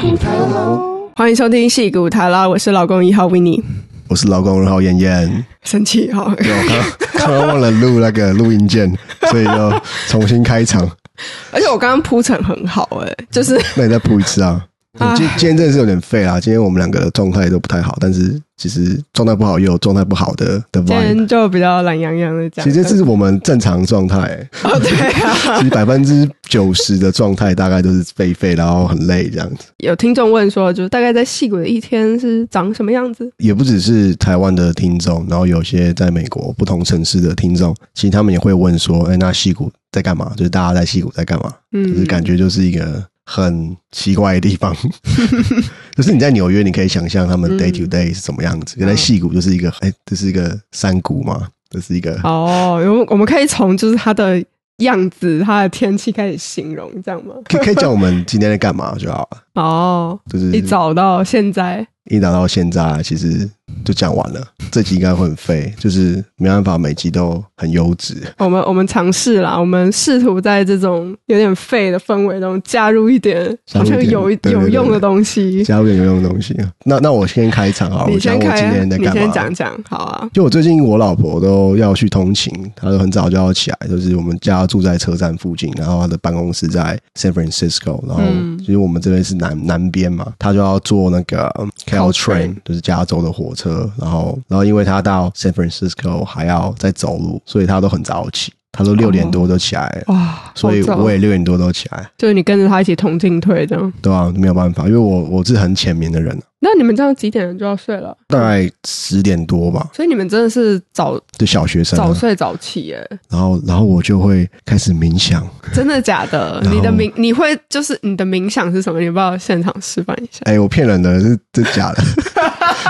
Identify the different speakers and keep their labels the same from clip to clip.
Speaker 1: 骨台楼，
Speaker 2: 欢迎收听戏骨台啦，我是老公一号 w i n n i
Speaker 1: 我是老公，然后 燕燕。
Speaker 2: 生气哈、
Speaker 1: 对我刚刚刚忘了录那个录音键，所以又重新开场。
Speaker 2: 而且我刚刚铺陈很好哎、就是
Speaker 1: 那你再补一次啊！
Speaker 2: 啊
Speaker 1: 今今天真的是有点废啊啦，今天我们两个的状态都不太好，但是其实状态不好也有状态不好的的
Speaker 2: 今
Speaker 1: vibe。
Speaker 2: 天就比较懒洋洋的讲，
Speaker 1: 其实这是我们正常状态、 欸
Speaker 2: 哦对啊，
Speaker 1: 其实百分之九十的状态大概都是废废，然后很累这样子。
Speaker 2: 有听众问说，就是大概在戏骨的一天是长什么样子？
Speaker 1: 也不只是台湾的听众，然后有些在美国不同城市的听众，其实他们也会问说：“哎、那戏谷在干嘛？就是大家在戏谷在干嘛？”
Speaker 2: 嗯
Speaker 1: 就是感觉就是一个很奇怪的地 方。就是你在纽约，你可以想象他
Speaker 2: 嗯
Speaker 1: 们 day to day 是什么样子，可
Speaker 2: 嗯
Speaker 1: 在戏谷就是一个，哎、这是一个山谷嘛，这是一个，
Speaker 2: 哦，我们我们可以从就是它的样子、它的天气开始形容，这样吗？
Speaker 1: 可以可以讲我们今天在干嘛就好了。
Speaker 2: 哦，
Speaker 1: 就是
Speaker 2: 一早到现在，
Speaker 1: 一打到现在，其实就讲完了。这集应该会很废，就是没办法，每集都很优质。
Speaker 2: 我们我们尝试啦，我们试图在这种有点废的氛围中加入一点
Speaker 1: 加
Speaker 2: 好
Speaker 1: 入一点
Speaker 2: 像有一
Speaker 1: 对对对
Speaker 2: 有用的东西。
Speaker 1: 加入点有用的东西。啊那那我先开场好了，
Speaker 2: 你
Speaker 1: 我讲
Speaker 2: 先
Speaker 1: 我
Speaker 2: 开
Speaker 1: 今
Speaker 2: 啊，
Speaker 1: 天在
Speaker 2: 你
Speaker 1: 干
Speaker 2: 先
Speaker 1: 嘛
Speaker 2: 讲。讲，好啊。
Speaker 1: 就我最近我老婆都要去通勤，她都很早就要起来，就是我们家住在车站附近，然后她的办公室在 San Francisco，然后
Speaker 2: 嗯
Speaker 1: 其实我们这边是南南边嘛，她就要坐那个嗯 Caltrain，
Speaker 2: Caltrain
Speaker 1: 就是加州的火车，然后然后因为她到 San Francisco 还要再走路，所以她都很早起，她都六点多就起来了。
Speaker 2: 哇，
Speaker 1: 所以
Speaker 2: 好早
Speaker 1: 我也六点多都起来，
Speaker 2: 就是你跟着他一起同进退这样。
Speaker 1: 对啊？没有办法，因为我我是很浅眠的人，
Speaker 2: 那你们这样几点就要睡了？
Speaker 1: 大概十点多吧，
Speaker 2: 所以你们真的是早
Speaker 1: 就小学生啊、
Speaker 2: 早睡早起耶？
Speaker 1: 然后然后我就会开始冥想，
Speaker 2: 真的假 的？
Speaker 1: 然后
Speaker 2: 你的冥你会就是你的冥想是什么？你要不要现场示范一下？
Speaker 1: 哎、我骗人的，是这假的。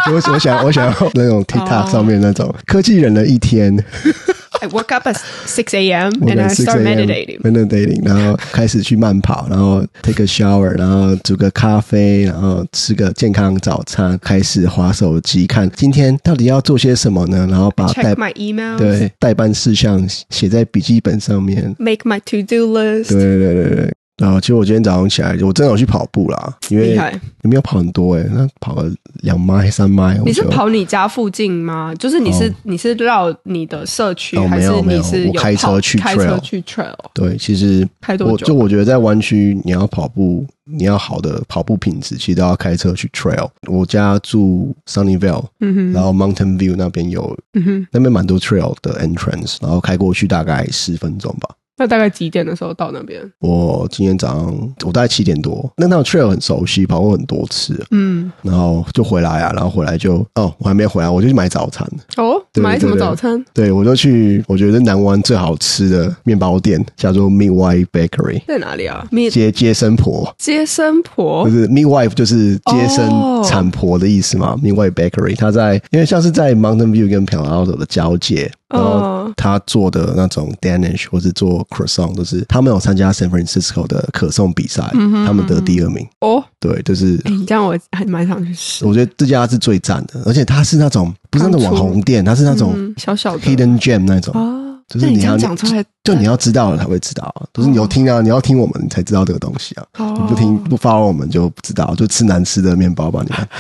Speaker 1: 我我想我想要那种 TikTok 上面那
Speaker 2: 哦
Speaker 1: 种、科技人的一天，
Speaker 2: I woke up at six a.m.
Speaker 1: 我
Speaker 2: and
Speaker 1: 的
Speaker 2: I
Speaker 1: 6
Speaker 2: start
Speaker 1: a.m.
Speaker 2: meditating.
Speaker 1: meditating，然后开始去慢跑，然后 take a shower，然后煮个咖啡，然后吃个健康早餐，开始划手机看今天到底要做些什么呢？然后把代
Speaker 2: Check my email.
Speaker 1: Ah, 对代办事项写在笔记本上面，
Speaker 2: Make my to do
Speaker 1: 对
Speaker 2: list.
Speaker 1: 对对对对。然后其实我今天早上起来，我真的有去跑步啦，因为
Speaker 2: 厉害！
Speaker 1: 也没有跑很多诶、欸那跑了两迈三迈。我
Speaker 2: 你是
Speaker 1: 觉得
Speaker 2: 跑你家附近吗？就是你是、
Speaker 1: 哦
Speaker 2: 你是绕你的社区，
Speaker 1: 哦
Speaker 2: 还是
Speaker 1: 没有没
Speaker 2: 你
Speaker 1: 有
Speaker 2: 是
Speaker 1: 我
Speaker 2: 有
Speaker 1: 开
Speaker 2: 跑
Speaker 1: 车去
Speaker 2: 开车
Speaker 1: trail
Speaker 2: 去 trail
Speaker 1: 对，其实
Speaker 2: 开多
Speaker 1: 我
Speaker 2: 久？
Speaker 1: 就我觉得在湾区，你要跑步，你要好的跑步品质，其实都要开车去 trail。我家住 Sunnyvale，
Speaker 2: 嗯哼，
Speaker 1: 然后 Mountain View 那边有
Speaker 2: 嗯哼，
Speaker 1: 那边蛮多 trail 的 entrance，然后开过去大概十分钟吧。
Speaker 2: 那大概几点的时候到那边？
Speaker 1: 我今天早上我大概七点多，那趟 trail 很熟悉，跑过很多次了，
Speaker 2: 嗯，
Speaker 1: 然后就回来啊，然后回来就哦，我还没回来，我就去买早餐。
Speaker 2: 哦，
Speaker 1: 对
Speaker 2: 买什么
Speaker 1: 对对
Speaker 2: 早餐？
Speaker 1: 对，我就去我觉得南湾最好吃的面包店，叫做 Midwife Bakery，
Speaker 2: 在哪里啊？你
Speaker 1: 接接生婆，
Speaker 2: 接生婆
Speaker 1: 就，是 Midwife 就是接
Speaker 2: 哦
Speaker 1: 生产婆的意思嘛。Midwife Bakery，它在因为像是在 Mountain View 跟 Palo Alto 的交界，然后
Speaker 2: 哦，
Speaker 1: 他做的那种 Danish 或是做 croissant，都是他们有参加 San Francisco 的可颂比赛，
Speaker 2: 嗯
Speaker 1: 他们得第二名。
Speaker 2: 哦，
Speaker 1: 对，就是
Speaker 2: 哎，你这样我还蛮想去吃。
Speaker 1: 我觉得这家是最赞的，而且它是那种不是那种
Speaker 2: 刚
Speaker 1: 网
Speaker 2: 出
Speaker 1: 红店，它是那种
Speaker 2: 嗯小小的
Speaker 1: hidden gem 那种。
Speaker 2: 啊，
Speaker 1: 就是
Speaker 2: 那你
Speaker 1: 你
Speaker 2: 这
Speaker 1: 要
Speaker 2: 样讲出来，
Speaker 1: 就你要知道了才会知道啊，就是你有听啊，你要听我们你才知道这个东西啊。你
Speaker 2: 哦，
Speaker 1: 不听不发我们就不知道，就吃难吃的面包吧，你看。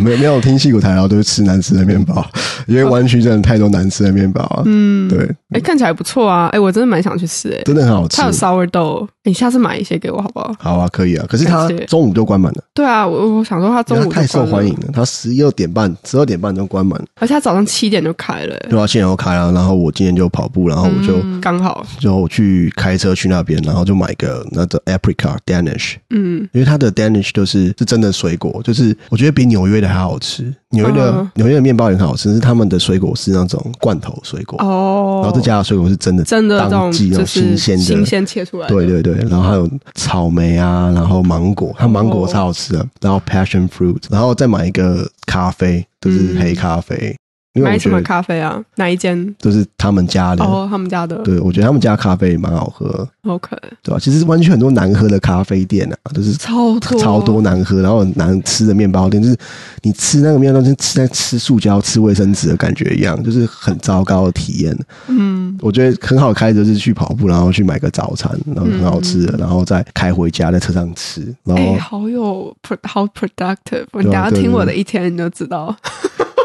Speaker 1: 没有没有听戏骨台，然后都是吃难吃的面包，因为湾区真的太多难吃的面包啊。
Speaker 2: 嗯，
Speaker 1: 对，
Speaker 2: 哎，看起来不错啊，哎，我真的蛮想去吃，哎，
Speaker 1: 真的很好吃
Speaker 2: 它。有 sourdough，你哎下次买一些给我好不好？
Speaker 1: 好啊，可以啊。可是它
Speaker 2: 感谢
Speaker 1: 中午就关门了，
Speaker 2: 对啊，我我想说它中
Speaker 1: 因为
Speaker 2: 午
Speaker 1: 它太
Speaker 2: 就关
Speaker 1: 受
Speaker 2: 了
Speaker 1: 欢迎，了。它十一二点半、十二点半就关门了，
Speaker 2: 而且它早上七点就开了、欸，
Speaker 1: 对啊，现在又开了。然后我今天就跑步，然后我就
Speaker 2: 嗯刚好，
Speaker 1: 就去开车去那边，然后就买个那个 apricot danish，
Speaker 2: 嗯，
Speaker 1: 因为它的 Danish 就是是真的水果，就是我觉得比纽约的还好吃。纽约的
Speaker 2: 嗯
Speaker 1: 纽、约的面包也很好吃，但是他们的水果是那种罐头水果，
Speaker 2: 哦，
Speaker 1: 然后这家的水果是真的。
Speaker 2: 真的这种
Speaker 1: 当季那
Speaker 2: 就
Speaker 1: 种
Speaker 2: 是
Speaker 1: 新鲜的
Speaker 2: 新鲜切出来的，
Speaker 1: 对对对，然后还有草莓啊，然后芒果，它芒果超好吃的，然后 passion fruit，然后再买一个咖啡，就是黑咖啡，因为
Speaker 2: 买
Speaker 1: 我
Speaker 2: 什
Speaker 1: 觉
Speaker 2: 么
Speaker 1: 得
Speaker 2: 咖啡啊？哪一间？
Speaker 1: 就是他们家的。
Speaker 2: 哦，他们家的。
Speaker 1: 对，我觉得他们家咖啡蛮好喝，
Speaker 2: OK，
Speaker 1: 对吧、其实湾区很多难喝的咖啡店啊，都是
Speaker 2: 超多
Speaker 1: 超多难喝，然后很难吃的面包店，就是你吃那个面包店，吃在吃塑胶、吃卫生纸的感觉一样，就是很糟糕的体验。嗯，我觉得很好开的就是去跑步，然后去买个早餐，然后很好吃的，然后再开回家，在车上吃，然
Speaker 2: 嗯哎、
Speaker 1: 后
Speaker 2: 好有 pro- 好 productive！我
Speaker 1: 哦对
Speaker 2: 等
Speaker 1: 啊
Speaker 2: 一下
Speaker 1: 对
Speaker 2: 听
Speaker 1: 对
Speaker 2: 我的一天你就知道。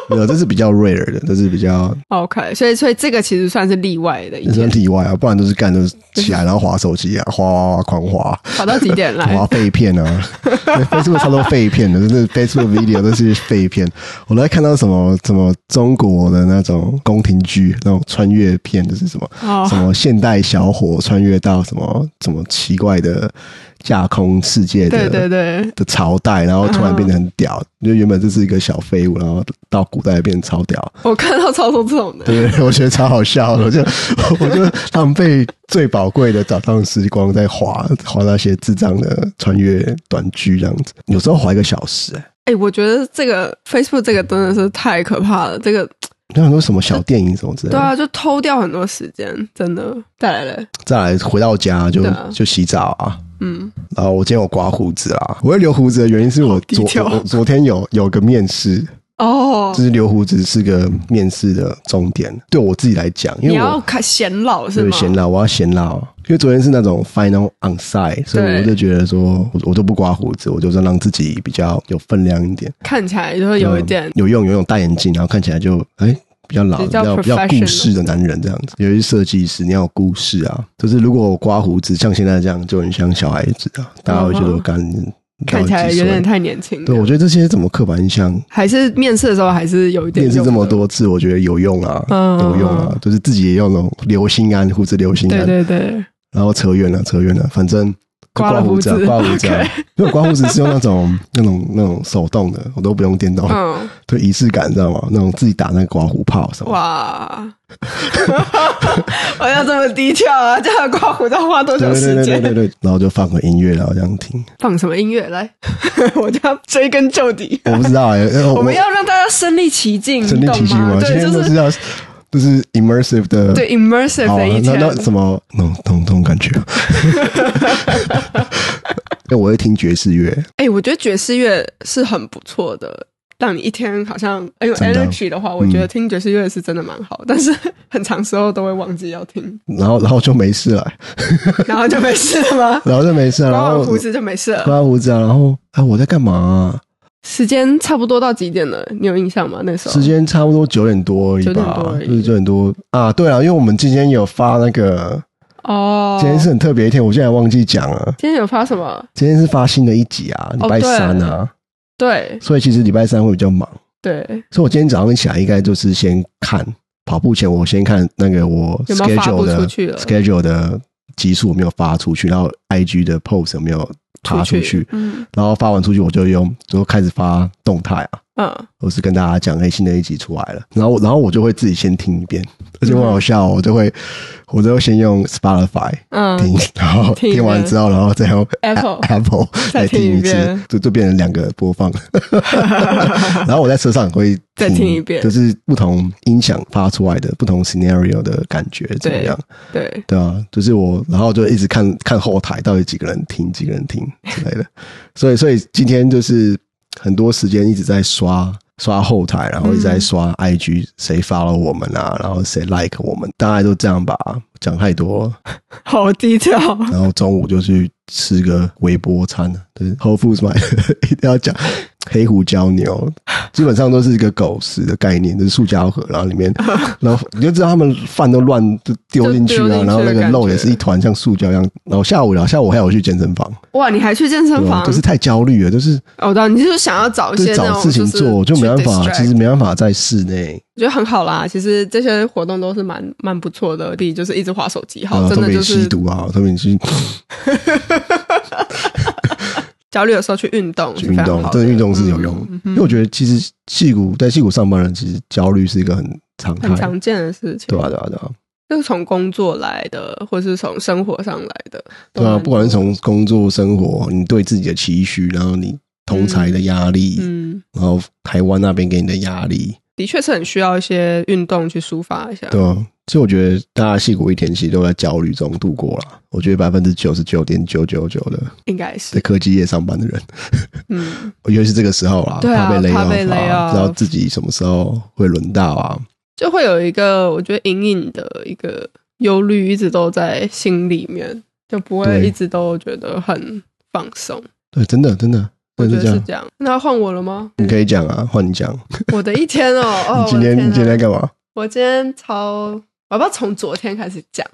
Speaker 1: 没有，这是比较 rare 的，这是比较
Speaker 2: OK，所以所以这个其实算是例外的一
Speaker 1: 也算
Speaker 2: 天，
Speaker 1: 例外啊，不然都是干都是起来然后划手机啊，哗哗哗狂划。
Speaker 2: 跑到几点 来
Speaker 1: 哇，？废片啊 ！Facebook 超多废片的，就是 Facebook video 都是废片。我都在看到什么什么中国的那种宫廷剧，那种穿越片，就是什么、
Speaker 2: 哦
Speaker 1: 什么现代小伙穿越到什么什么奇怪的架空世界的
Speaker 2: 对对啊对，
Speaker 1: 的朝代，然后突然变得很屌，就原本这是一个小废物，然后到古代变成超屌。
Speaker 2: 我看到超多这种的。
Speaker 1: 对，我觉得超好笑 的，我就我就浪费最宝贵的早上时光在划划那些智障的穿越短剧这样子，有时候划一个小时、欸，
Speaker 2: 哎、我觉得这个 Facebook 这个真的是太可怕了，这个
Speaker 1: 有很多什么小电影什么之类
Speaker 2: 对
Speaker 1: 的。
Speaker 2: 啊，就偷掉很多时间，真的。再来嘞，
Speaker 1: 再来回到家就、
Speaker 2: 对啊
Speaker 1: 就洗澡啊，
Speaker 2: 嗯，
Speaker 1: 然后我今天有刮胡子啦，我会留胡子的原因是我
Speaker 2: 低
Speaker 1: 昨
Speaker 2: 调
Speaker 1: 我我昨天有有个面试，
Speaker 2: 哦
Speaker 1: 就，是留胡子是个面试的重点，对我自己来讲，因
Speaker 2: 你
Speaker 1: 为
Speaker 2: 要
Speaker 1: 我。
Speaker 2: 看显老是
Speaker 1: 对，
Speaker 2: 吗？
Speaker 1: 显老，我要显老，因为昨天是那种 final on site，所以我就觉得说，我我就不刮胡子，我就是让自己比较有分量一点，
Speaker 2: 看起来就会有一点
Speaker 1: 嗯有用，有用戴眼镜，然后看起来就哎。比较老，
Speaker 2: 比
Speaker 1: 比
Speaker 2: 较
Speaker 1: 较比较
Speaker 2: professional
Speaker 1: 故事的男人这样子，有些设计师你要有故事啊。就是如果我刮胡子，像现在这样，就很像小孩子啊，大家会觉得我干，你到底
Speaker 2: 嗯看起来
Speaker 1: 几
Speaker 2: 有
Speaker 1: 岁
Speaker 2: 点太年轻了。
Speaker 1: 对，我觉得这些怎么刻板印象
Speaker 2: 还是面试的时候还是有一点
Speaker 1: 面试
Speaker 2: 用
Speaker 1: 这么
Speaker 2: 的，
Speaker 1: 多次，我觉得有用啊，
Speaker 2: 嗯
Speaker 1: 有用啊，就是自己也要那种流心安，胡子流心啊安
Speaker 2: 对，对对，
Speaker 1: 然后扯远了，扯远了，反正就
Speaker 2: 刮了
Speaker 1: 胡
Speaker 2: 胡
Speaker 1: 子啊，
Speaker 2: 子
Speaker 1: 刮胡子啊
Speaker 2: OK，
Speaker 1: 因为我刮胡子是用那种 那种那种手动的，我都不用电动，
Speaker 2: 嗯，
Speaker 1: 对仪式感，你知道吗？那种自己打那个刮胡泡什么，
Speaker 2: 哇， 我要这么低调啊，这样刮胡要花多
Speaker 1: 对
Speaker 2: 少
Speaker 1: 对对
Speaker 2: 时
Speaker 1: 对
Speaker 2: 间？
Speaker 1: 对对，然后就放个音乐，然后这样听，
Speaker 2: 放什么音乐来？ 我就要追根究底。
Speaker 1: 我不知道哎、欸，
Speaker 2: 我们要让大家身临其境，
Speaker 1: 整
Speaker 2: 你
Speaker 1: 体
Speaker 2: 懂
Speaker 1: 提醒
Speaker 2: 吗？
Speaker 1: 我，今
Speaker 2: 对，
Speaker 1: 天
Speaker 2: 就
Speaker 1: 都是
Speaker 2: 是
Speaker 1: 要就是 immersive 的，
Speaker 2: 对 immersive
Speaker 1: 好啊
Speaker 2: 的一
Speaker 1: 那
Speaker 2: 天。
Speaker 1: 那什么，那种那种那种 感觉。哎，我会听爵士乐，
Speaker 2: 哎，我觉得爵士乐是很不错的。让你一天好像哎有
Speaker 1: 真的啊嗯
Speaker 2: energy 的话，我觉得听爵士乐是真的蛮好，但是很长时候都会忘记要 听，
Speaker 1: 然后然后就没事了，？
Speaker 2: 然后就没事了吗
Speaker 1: 然后就没事了，然
Speaker 2: 刮完
Speaker 1: 后
Speaker 2: 胡子就没事了。
Speaker 1: 刮胡子啊，然后啊我在干嘛啊？
Speaker 2: 时间差不多到几点了？你有印象吗？那时候
Speaker 1: 时间差不多九点多而已
Speaker 2: 9点多
Speaker 1: 吧，
Speaker 2: 而已
Speaker 1: 就是九点多啊。对了，因为我们今天有发那个，
Speaker 2: 哦，
Speaker 1: 今天是很特别一天，我竟然忘记讲了。
Speaker 2: 今天有发什么？
Speaker 1: 今天是发新的一集啊，礼拜三啊，
Speaker 2: 哦对
Speaker 1: 所以其实礼拜三会比较忙，
Speaker 2: 对，
Speaker 1: 所以我今天早上起来应该就是先看跑步前，我先看那个我
Speaker 2: 有没有发
Speaker 1: schedule
Speaker 2: 布出
Speaker 1: 的
Speaker 2: 去了？
Speaker 1: schedule 的集数有没有发出去，然后 IG 的 post 有没有发出去，
Speaker 2: 嗯
Speaker 1: 然后发完出去我就用就开始发动态啊，
Speaker 2: 嗯，
Speaker 1: 我是跟大家讲，哎，新的一集出来了，然后我然后我就会自己先听一遍，而且我很好笑哦，我就会我就会先用 Spotify
Speaker 2: 嗯
Speaker 1: 听，然后
Speaker 2: 听
Speaker 1: 听完之后，然后再用
Speaker 2: Apple
Speaker 1: Apple
Speaker 2: 再
Speaker 1: 再
Speaker 2: 听
Speaker 1: 听
Speaker 2: 一
Speaker 1: 一次
Speaker 2: 遍，
Speaker 1: 就就变成两个 播放。然后我在车上会
Speaker 2: 再听一遍
Speaker 1: 就是不同音响发出来的不同 scenario 的感觉怎么样？
Speaker 2: 对，
Speaker 1: 对啊，就是我，然后就一直看看后台到底几个人听，几个人听之类的。所以，所以今天就是很多时间一直在刷刷后台，然后一直在刷 IG，谁 follow 我们啊，然后谁 like 我们，大概都这样吧。讲太多了，
Speaker 2: 好低调。
Speaker 1: 然后中午就去吃个微波餐了，就是 Whole Foods 买的， 一定要讲黑胡椒牛，基本上都是一个狗食的概念，就是塑胶盒，然后 里面，然后你就知道他们饭都乱就丢进去
Speaker 2: 就丢进
Speaker 1: 啊，
Speaker 2: 去的
Speaker 1: 然后那个
Speaker 2: 感觉
Speaker 1: 肉也是一团像塑胶一样。然后下午了，下午还有去健身房，
Speaker 2: 哇，你还去健身
Speaker 1: 对吧
Speaker 2: 房？
Speaker 1: 就是太焦虑了，就是
Speaker 2: 哦，我知道，你就是想要找一
Speaker 1: 就
Speaker 2: 些
Speaker 1: 是
Speaker 2: 那
Speaker 1: 找
Speaker 2: 种
Speaker 1: 事情
Speaker 2: 是
Speaker 1: 做，我就没办法，啊
Speaker 2: 去 distract
Speaker 1: 其实没办法在室内，
Speaker 2: 我觉得很好啦。其实这些活动都是蛮蛮不错的，第一就是一直划手机，
Speaker 1: 啊
Speaker 2: 好，，真
Speaker 1: 特
Speaker 2: 的
Speaker 1: 别
Speaker 2: 就
Speaker 1: 吸
Speaker 2: 是
Speaker 1: 毒啊，特别去
Speaker 2: 焦虑的时候去运动
Speaker 1: 去
Speaker 2: 是
Speaker 1: 运
Speaker 2: 非常
Speaker 1: 动
Speaker 2: 好，的，
Speaker 1: 这个运动是有用的
Speaker 2: 嗯，
Speaker 1: 因为我觉得其实戏骨在戏骨上班人，其实焦虑是一个很常态
Speaker 2: 很，常见的事情。
Speaker 1: 对啊，对啊，对啊，
Speaker 2: 就是从工作来的，或是从生活上来的，都
Speaker 1: 对啊，
Speaker 2: 蛮
Speaker 1: 不管是
Speaker 2: 多
Speaker 1: 从工作、生活，你对自己的期许，然后你同才的压力，
Speaker 2: 嗯
Speaker 1: 然后台湾那边给你的压力，
Speaker 2: 的确是很需要一些运动去抒发一下。
Speaker 1: 对啊，所以我觉得大家戏骨一天其实都在焦虑中度过了。我觉得百分之九十九点九九九的
Speaker 2: 应该
Speaker 1: 在
Speaker 2: 是，
Speaker 1: 科技业上班的人，
Speaker 2: 嗯，
Speaker 1: 尤其是这个时候啊，
Speaker 2: 对啊
Speaker 1: 怕被雷
Speaker 2: 怕被
Speaker 1: off 啊，
Speaker 2: lay
Speaker 1: 不知道
Speaker 2: off
Speaker 1: 自己什么时候会轮到啊。
Speaker 2: 就会有一个我觉得隐隐的一个忧虑，一直都在心里面，就不会
Speaker 1: 对
Speaker 2: 一直都觉得很放松。
Speaker 1: 对，真的真的，
Speaker 2: 我
Speaker 1: 真
Speaker 2: 觉
Speaker 1: 的
Speaker 2: 得
Speaker 1: 是这
Speaker 2: 是
Speaker 1: 样。
Speaker 2: 这样。那换我了吗？
Speaker 1: 你可以讲啊，换你讲。
Speaker 2: 我的一 天哦，哦，
Speaker 1: 你今
Speaker 2: 我的天
Speaker 1: 天你今天在
Speaker 2: 啊
Speaker 1: 干嘛？
Speaker 2: 我今天超，我要不要从昨天开始讲？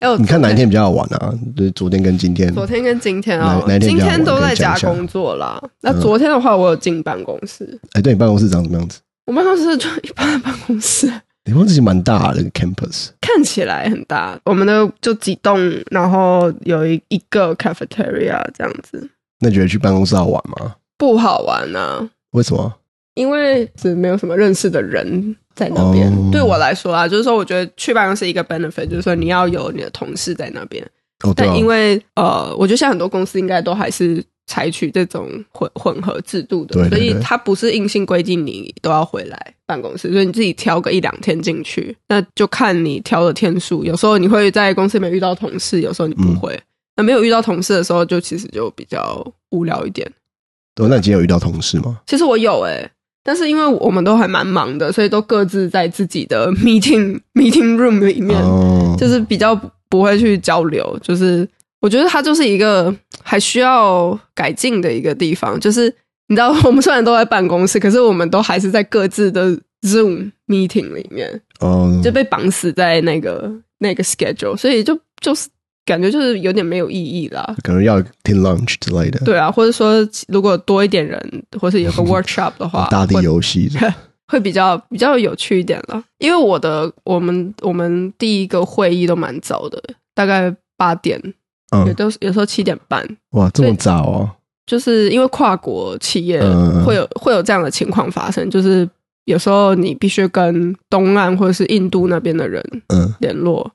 Speaker 2: 哎，我
Speaker 1: 你看哪一
Speaker 2: 昨
Speaker 1: 天比较好玩啊？就是昨天跟今天。
Speaker 2: 昨天跟今天啊、
Speaker 1: 哪哪一
Speaker 2: 今
Speaker 1: 天比较好玩
Speaker 2: 天都在家
Speaker 1: 可以讲一下嗯
Speaker 2: 工作啦。那昨天的话，我有进办公室，
Speaker 1: 哎，对你办公室长什么样子？
Speaker 2: 我办公室就一般的办公室，
Speaker 1: 你办公室其实蛮大的那个 campus，
Speaker 2: 看起来很大。我们的就几栋，然后有一一个 cafeteria 这样子，
Speaker 1: 那你觉得去办公室好玩吗？
Speaker 2: 不好玩啊，
Speaker 1: 为什么？
Speaker 2: 因为是没有什么认识的人。在那边
Speaker 1: 哦
Speaker 2: 对我来说啊，就是说，我觉得去办公室一个 benefit，就是说你要有你的同事在那边，
Speaker 1: 哦，对啊
Speaker 2: 但，因为呃，我觉得现在很多公司应该都还是采取这种混混合制度的，
Speaker 1: 对对
Speaker 2: 所
Speaker 1: 对
Speaker 2: 以它不是硬性规定你都要回来办公室，所以你自己挑个一两天进去，那就看你挑的天数。有时候你会在公司里面遇到同事，有时候你不
Speaker 1: 嗯
Speaker 2: 会。那没有遇到同事的时候，就其实就比较无聊一点。
Speaker 1: 哦那你今天有遇到同事吗？
Speaker 2: 其实我有诶、但是因为我们都还蛮忙的，所以都各自在自己的 meeting meeting room 里面，
Speaker 1: 哦，
Speaker 2: 就是比较不会去交流，就是我觉得它就是一个还需要改进的一个地方，就是你知道，我们虽然都在办公室，可是我们都还是在各自的 Zoom meeting 里面
Speaker 1: 哦，
Speaker 2: 就被绑死在那个那个 schedule，所以就就是感觉就是有点没有意义啦。
Speaker 1: 可能要听 lunch 之类的，，，
Speaker 2: 对啊，或者说如果多一点人，或是有个 workshop 的话
Speaker 1: 大地
Speaker 2: 我
Speaker 1: 哦游戏，
Speaker 2: 会比较比较有趣一点了。因为我的我们我们第一个会议都蛮早的，大概八点，也
Speaker 1: 嗯，
Speaker 2: 都是有时候七点半，
Speaker 1: 哇，这么早哦，
Speaker 2: 就是因为跨国企业
Speaker 1: 嗯嗯嗯
Speaker 2: 会有、会有这样的情况发生，就是有时候你必须跟东岸或者是印度那边的人
Speaker 1: 嗯，
Speaker 2: 联络，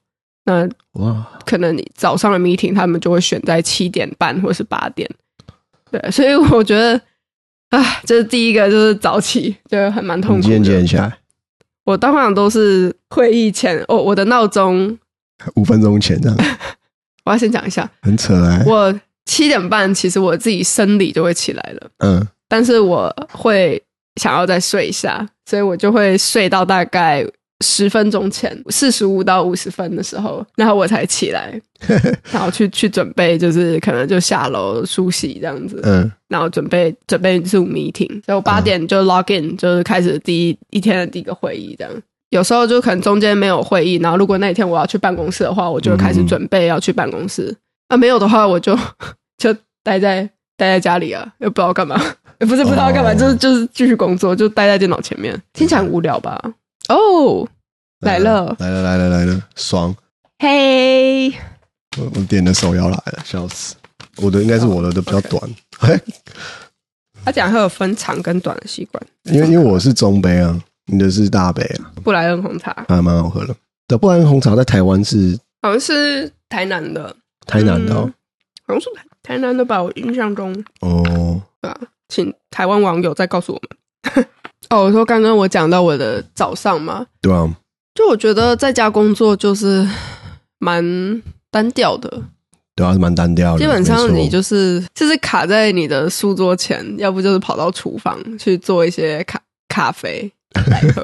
Speaker 2: 那
Speaker 1: 哇，
Speaker 2: 可能你早上的 meeting 他们就会选在七点半或是八点，对，所以我觉得。唉，这是第一个，就是早起，就很蛮痛
Speaker 1: 你
Speaker 2: 苦
Speaker 1: 今天几
Speaker 2: 的
Speaker 1: 点。起来？
Speaker 2: 我通常都是会议前，哦，我的闹钟，
Speaker 1: 五分钟前这样，
Speaker 2: 我要先讲一下，
Speaker 1: 很扯哎，
Speaker 2: 我七点半其实我自己生理就会起来了，
Speaker 1: 嗯，
Speaker 2: 但是我会想要再睡一下，所以我就会睡到大概十分钟前，四十五到五十分的时候，然后我才起来，然后去去准备，就是可能就下楼梳洗这样子，
Speaker 1: 嗯，
Speaker 2: 然后准备准备 Zoom meeting，所以我八点就 log in，、就是开始第一一天的第一个会议这样。有时候就可能中间没有会议，然后如果那一天我要去办公室的话，我就会开始准备要去办公室。啊，没有的话，我就 就待在待在家里啊，又不知道干嘛，也不是不知道干嘛，
Speaker 1: 哦
Speaker 2: 就是就是继续工作，就待在电脑前面，听起来很无聊吧？哦，来了，
Speaker 1: 来了，来了，来了，爽！
Speaker 2: 嘿，
Speaker 1: 我我点的手摇来了，笑死！我的应该是我的都比较短，嘿
Speaker 2: 他讲他有分长跟短的习惯，
Speaker 1: 因为因为我是中杯啊，你的是大杯啊，
Speaker 2: 布莱恩红茶
Speaker 1: 还蛮好喝的。对，不然红茶在台湾是
Speaker 2: 好像是台南的，
Speaker 1: 台南的哦，
Speaker 2: 嗯好像是台台南的吧，我印象中，
Speaker 1: 哦
Speaker 2: 请台湾网友再告诉我们。 哦，我说刚刚我讲到我的早上嘛，
Speaker 1: 对啊，
Speaker 2: 就我觉得在家工作就是蛮单调的，
Speaker 1: 对啊，是蛮单调的。
Speaker 2: 基本
Speaker 1: 没
Speaker 2: 上
Speaker 1: 错
Speaker 2: 你就是就是卡在你的书桌前，要不就是跑到厨房去做一些咖咖啡来 喝。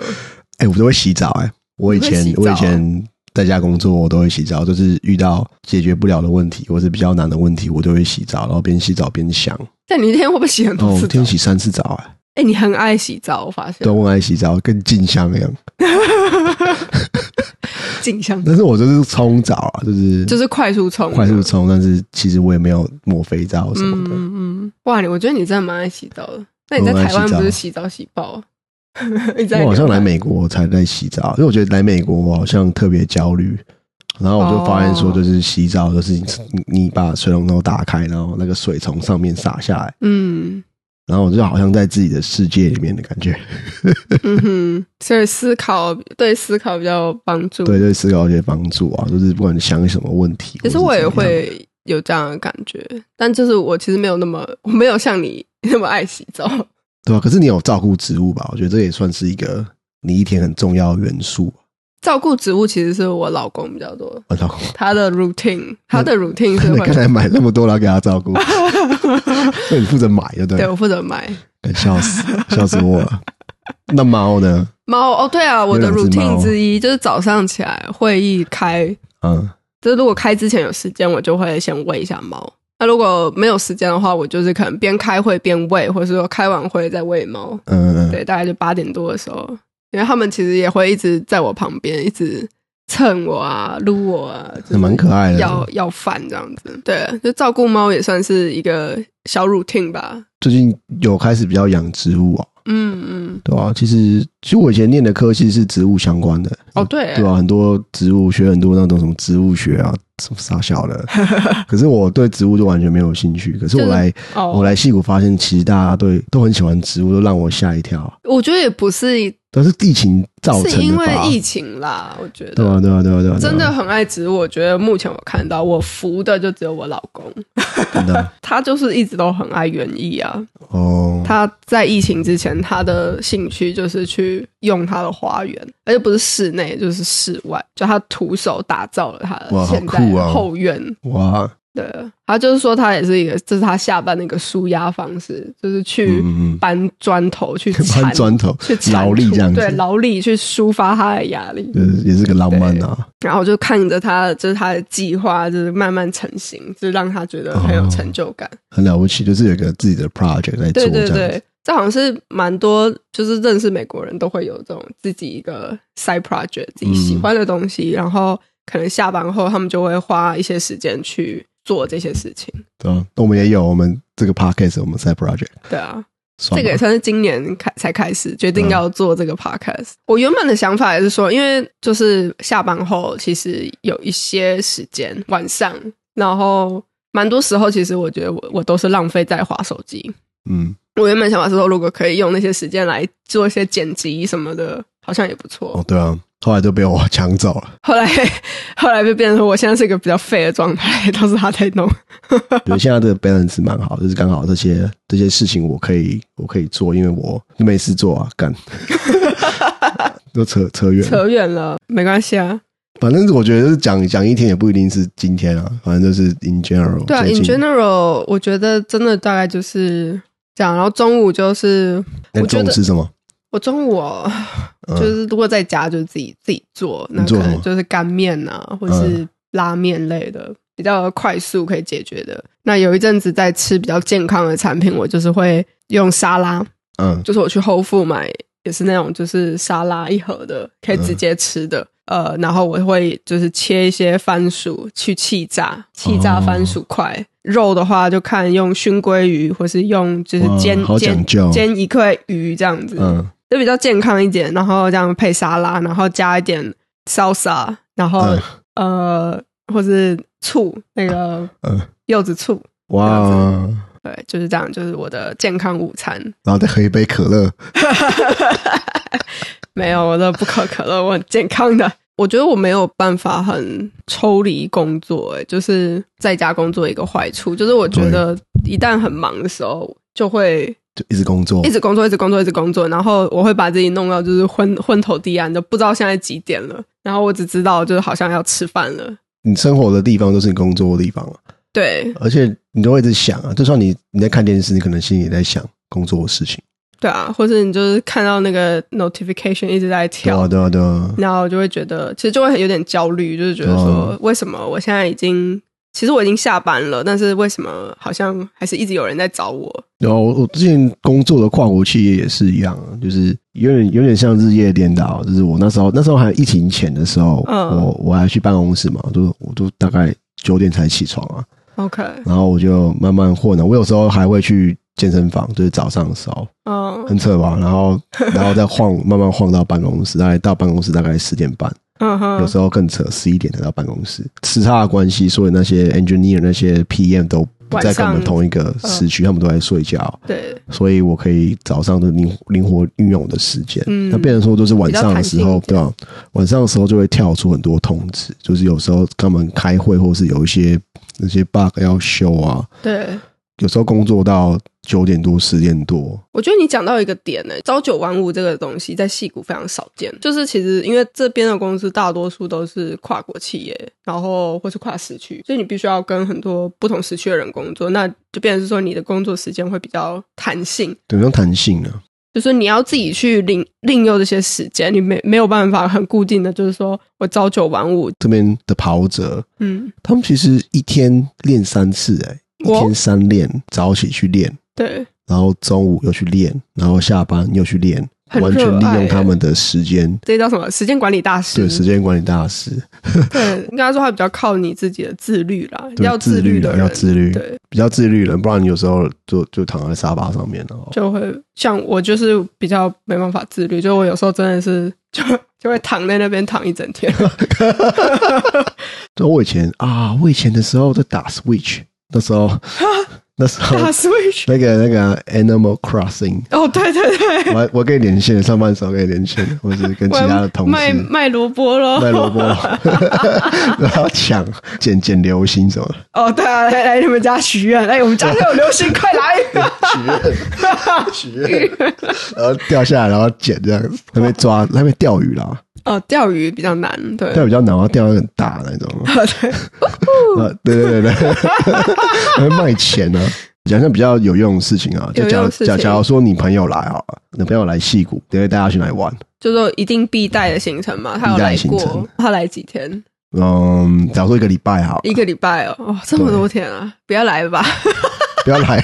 Speaker 1: 哎、我都会洗澡哎、我以前、
Speaker 2: 你会
Speaker 1: 我
Speaker 2: 洗澡
Speaker 1: 以
Speaker 2: 啊
Speaker 1: 前在家工作，我都会洗澡，就是遇到解决不了的问题或是比较难的问题，我就会洗澡，然后边洗澡边想。
Speaker 2: 但你一天会不会洗很
Speaker 1: 哦，
Speaker 2: 多
Speaker 1: 我
Speaker 2: 次澡
Speaker 1: 一天？洗三次澡
Speaker 2: 哎、
Speaker 1: 哎、
Speaker 2: 你很爱洗澡，我发现
Speaker 1: 都很爱洗澡，跟静香一样。
Speaker 2: 镜像
Speaker 1: 但是我就是冲澡啊，就是
Speaker 2: 就是快速冲，
Speaker 1: 快速冲，但是其实我也没有抹肥皂什么
Speaker 2: 嗯
Speaker 1: 的。
Speaker 2: 嗯嗯，哇，你我觉得你真的蛮爱洗澡的。那你在台湾不是洗澡洗爆 啊？一直在
Speaker 1: 我好
Speaker 2: 流
Speaker 1: 像
Speaker 2: 汗
Speaker 1: 来美国才在洗澡，因为我觉得来美国我好像特别焦虑，然后我就发现说，
Speaker 2: 哦
Speaker 1: 就是洗澡就是你你把水龙头打开，然后那个水从上面洒下来，
Speaker 2: 嗯
Speaker 1: 然后我就好像在自己的世界里面的感觉。
Speaker 2: 嗯哼，所以思考对思考比较有帮助。
Speaker 1: 对，对思考有些帮助啊，就是不管你想什么问题，
Speaker 2: 其实
Speaker 1: 或
Speaker 2: 我
Speaker 1: 是
Speaker 2: 也
Speaker 1: 怎么样，
Speaker 2: 会有这样的感觉，但就是我其实没有那么， 我没有像你那么爱洗澡。
Speaker 1: 啊对吧、可是你有照顾植物吧？我觉得这也算是一个你一天很重要的元素。啊
Speaker 2: 照顾植物其实是我老公比较多，
Speaker 1: 我老公，
Speaker 2: 他的 routine，他的 routine 是
Speaker 1: 你刚
Speaker 2: 会，
Speaker 1: 才买那么多，然后给他 照顾，所以你负责买，对不
Speaker 2: 对
Speaker 1: 对？
Speaker 2: 我负责买
Speaker 1: 笑死，笑死我了。那猫呢？
Speaker 2: 猫哦，对啊，我的
Speaker 1: 有两只猫
Speaker 2: routine 之一就是早上起来会议开，
Speaker 1: 嗯，
Speaker 2: 就是如果开之前有时间，我就会先喂一下猫。那如果没有时间的话，我就是可能边开会边喂，或者是说开完会再喂猫。
Speaker 1: 嗯，
Speaker 2: 对，大概就八点多的时候，因为他们其实也会一直在我旁边，一直蹭我啊、撸我啊，就是
Speaker 1: 那蛮可爱
Speaker 2: 要
Speaker 1: 的。
Speaker 2: 要饭这样子。对，就照顾猫也算是一个小 routine 吧。
Speaker 1: 最近有开始比较养植物哦，
Speaker 2: 嗯嗯，
Speaker 1: 对啊，其实其实我以前念的科系是植物相关的，
Speaker 2: 哦对，
Speaker 1: 对啊，很多植物学很多那种什么植物学啊，什么傻 小的。可是我对植物就完全没有兴趣。可是我
Speaker 2: 就是
Speaker 1: 来、我
Speaker 2: 哦，
Speaker 1: 来戏谷发现，其实大家对都很喜欢植物，都让我吓一跳。
Speaker 2: 我觉得也不是，
Speaker 1: 都是疫情造
Speaker 2: 是
Speaker 1: 成
Speaker 2: 因
Speaker 1: 的
Speaker 2: 为
Speaker 1: 吧？
Speaker 2: 疫情啦，我觉
Speaker 1: 对
Speaker 2: 得。
Speaker 1: 啊，对啊，对啊，对啊，对啊
Speaker 2: 真的很爱植物，我觉得目前我看到我服的就只有我老公，
Speaker 1: 真的
Speaker 2: 他就是一直都很爱园艺啊。
Speaker 1: 哦，
Speaker 2: 他在疫情之前，他的兴趣就是去用他的花园，而且不是室内，就是室外，就他徒手打造了他
Speaker 1: 哇
Speaker 2: 的
Speaker 1: 好
Speaker 2: 现
Speaker 1: 酷
Speaker 2: 在
Speaker 1: 啊
Speaker 2: 的后院。
Speaker 1: 哇，
Speaker 2: 对，他就是说他也是一个，这是他下班的一个舒压方式，就是去
Speaker 1: 嗯嗯嗯
Speaker 2: 搬砖头去
Speaker 1: 搬
Speaker 2: 铲，
Speaker 1: 砖头
Speaker 2: 去铲
Speaker 1: 劳力
Speaker 2: 土
Speaker 1: 这样子
Speaker 2: 对，劳力去抒发他的压力。
Speaker 1: 就是也是个浪漫啊，
Speaker 2: 然后就看着他，就是他的计划，就是慢慢成型，就让他觉得很有成就感。
Speaker 1: 很了不起，就是有一个自己的 project
Speaker 2: 对
Speaker 1: 在做这
Speaker 2: 对
Speaker 1: 样子
Speaker 2: 对，这好像是蛮多，就是认识美国人都会有这种自己一个 side project，自己喜欢的东西，然后可能下班后他们就会花一些时间去做这些事情。
Speaker 1: 对啊，那我们也有我们这个 podcast，我们在 project，
Speaker 2: 对啊，
Speaker 1: 爽
Speaker 2: 这个也
Speaker 1: 吗
Speaker 2: 算是今年开才开始决定要做这个 podcast。我原本的想法也是说，因为就是下班后其实有一些时间晚上，然后蛮多时候其实我觉得我我都是浪费在划手机。
Speaker 1: 嗯，
Speaker 2: 我原本想法是说，如果可以用那些时间来做一些剪辑什么的，好像也不错。
Speaker 1: 哦，对啊，后来都被我 抢走了，
Speaker 2: 后来 后来就变成说，我现在是一个比较废的状态， 都是他在弄。
Speaker 1: 觉得现在这个 balance 蛮好，就是刚好这些这些事情我可以我可以做，因为我没事做啊， 干，都扯扯远了，
Speaker 2: 扯远了，没关系啊。
Speaker 1: 反正我觉得就是讲讲一天也不一定是今天啊，反正就是 in general，
Speaker 2: 对啊
Speaker 1: 最
Speaker 2: ，in
Speaker 1: 近
Speaker 2: general，我觉得真的大概就是这样。然后中午就是
Speaker 1: 那
Speaker 2: 我觉
Speaker 1: 中
Speaker 2: 得
Speaker 1: 午吃什么？
Speaker 2: 我中午、哦、
Speaker 1: 嗯
Speaker 2: 就是如果在家就是自己自己做，那
Speaker 1: 你做
Speaker 2: 可
Speaker 1: 什么嗯
Speaker 2: 能就是干面啊，或是拉面类的，比较快速可以解决的。那有一阵子在吃比较健康的产品，我就是会用沙拉，
Speaker 1: 嗯，
Speaker 2: 就是我去后付买也是那种就是沙拉一盒的，可以
Speaker 1: 嗯
Speaker 2: 直接吃的。呃，然后我会就是切一些番薯去气炸，气炸
Speaker 1: 哦
Speaker 2: 番薯块。肉的话就看用熏鲑鱼，或是用就是
Speaker 1: 哇
Speaker 2: 煎
Speaker 1: 好讲
Speaker 2: 煎
Speaker 1: 究
Speaker 2: 煎一块鱼这样子。
Speaker 1: 嗯，
Speaker 2: 就比较健康一点，然后这样配沙拉，然后加一点 salsa，然后、
Speaker 1: 嗯
Speaker 2: 呃，或是醋那个
Speaker 1: 嗯
Speaker 2: 柚子醋，
Speaker 1: 哇，
Speaker 2: 对，就是这样，就是我的健康午餐。
Speaker 1: 然后再喝一杯可乐，
Speaker 2: 没有，我的不可可乐，我很健康的。 我觉得我没有办法很抽离工作、欸，就是在家工作一个坏处，就是我觉得一旦很忙的时候，就会
Speaker 1: 就一直工作
Speaker 2: 一，直工作，一直工作，一直工作，然后我会把自己弄到就是昏昏头地暗，就不知道现在几点了。然后我只知道就是好像要吃饭了。
Speaker 1: 你生活的地方都是你工作的地方啊，
Speaker 2: 对
Speaker 1: 而且你都会一直想啊，就算你你在看电视，你可能心里也在想工作的事情，
Speaker 2: 对啊，或者你就是看到那个 notification 一直在
Speaker 1: 对
Speaker 2: 跳，
Speaker 1: 啊，对啊，对啊，
Speaker 2: 然后就会觉得其实就会很有点焦虑，就是觉得
Speaker 1: 哦
Speaker 2: 说为什么我现在已经其实我已经下班了，但是为什么好像还是一直有人在找我？
Speaker 1: 然后我我之前工作的跨国企业也是一样啊，就是有点有点像日夜颠倒。就是我那时候那时候还疫情前的时候，
Speaker 2: 嗯
Speaker 1: 我我还去办公室嘛，我都我都大概九点才起床啊，
Speaker 2: OK，
Speaker 1: 然后我就慢慢混啊了。我有时候还会去健身房，就是早上的时候
Speaker 2: 嗯
Speaker 1: 很扯吧，然后然后再晃慢慢晃到办公室，大概到办公室大概十点半，
Speaker 2: 嗯
Speaker 1: 有
Speaker 2: 哼，
Speaker 1: 时候更扯，十一点才到办公室。时差的关系，所以那些 engineer 那些 PM 都不在跟我
Speaker 2: 晚
Speaker 1: 们
Speaker 2: 上嗯
Speaker 1: 同一个时区，他们都在睡觉。
Speaker 2: 对，
Speaker 1: 所以我可以早上的灵灵活运用我的时间。
Speaker 2: 嗯
Speaker 1: 那变成说都是晚上的时候，
Speaker 2: 比较弹性一点
Speaker 1: 对吧、晚上的时候就会跳出很多通知，就是有时候他们开会或是有一些那些 bug 要修啊，
Speaker 2: 对，
Speaker 1: 有时候工作到九点多、十点多，
Speaker 2: 我觉得你讲到一个点呢、朝九晚五这个东西在戏谷非常少见。就是其实因为这边的公司大多数都是跨国企业，然后或是跨时区，所以你必须要跟很多不同时区的人工作，那就变成是说你的工作时间会比较弹性，
Speaker 1: 对，种弹性啊，
Speaker 2: 就是你要自己去领利用这些时间，你没没有办法很固定的，就是说我朝九晚五，
Speaker 1: 这边的跑者，
Speaker 2: 嗯，
Speaker 1: 他们其实一天练三次、欸，哎，一
Speaker 2: 我
Speaker 1: 天三练，早起去练，
Speaker 2: 对，
Speaker 1: 然后中午又去练，然后下班又去练，
Speaker 2: 很
Speaker 1: 完全
Speaker 2: 热
Speaker 1: 利
Speaker 2: 爱
Speaker 1: 用他
Speaker 2: 欸
Speaker 1: 们的时间，
Speaker 2: 这叫什么时间管理大师？
Speaker 1: 对时间管理大师，
Speaker 2: 对，应该说它比较靠你自己的自律啦，
Speaker 1: 对
Speaker 2: 要
Speaker 1: 自律
Speaker 2: 的
Speaker 1: 的
Speaker 2: 人，
Speaker 1: 要自律
Speaker 2: 对，
Speaker 1: 比较自律了，不然你有时候就就躺在沙发上面了哦。
Speaker 2: 就会像我就是比较没办法自律，就我有时候真的是就就会躺在那边躺一整天。
Speaker 1: 哦 就我以前啊，我以前的时候在打 Switch，那时候 那时候
Speaker 2: 打 Switch，
Speaker 1: 那个那个 Animal Crossing，
Speaker 2: 哦，对对对，
Speaker 1: 我还我跟你连线，上班的时候跟你连线，或者是跟其
Speaker 2: 我
Speaker 1: 他的同
Speaker 2: 卖
Speaker 1: 事
Speaker 2: 卖萝卜喽，
Speaker 1: 卖萝卜， 然后抢捡捡流星什么的。
Speaker 2: 哦，对啊，来来你们家许愿，哎，我们家就有流星，快 来！
Speaker 1: 许愿，许愿，然后掉下来，然后捡这样子，还被 抓，还被钓鱼啦，
Speaker 2: 哦，钓鱼比较难，对，
Speaker 1: 钓鱼比较难，要钓那个很大的那种，啊对对对对， 还会卖钱呢、讲讲比较有用的事情啊，就
Speaker 2: 有用
Speaker 1: 假
Speaker 2: 的事情
Speaker 1: 假假如说你朋友来好了，你朋友来戏谷，等会带他去哪里玩？
Speaker 2: 就说一定必带的行程嘛，他有
Speaker 1: 必带
Speaker 2: 来
Speaker 1: 的行
Speaker 2: 过
Speaker 1: 程，
Speaker 2: 他来几天，
Speaker 1: 嗯，假如说一个礼 拜好了，
Speaker 2: 一个礼拜哦，哦，这么多天啊，不要来吧，
Speaker 1: 不要来，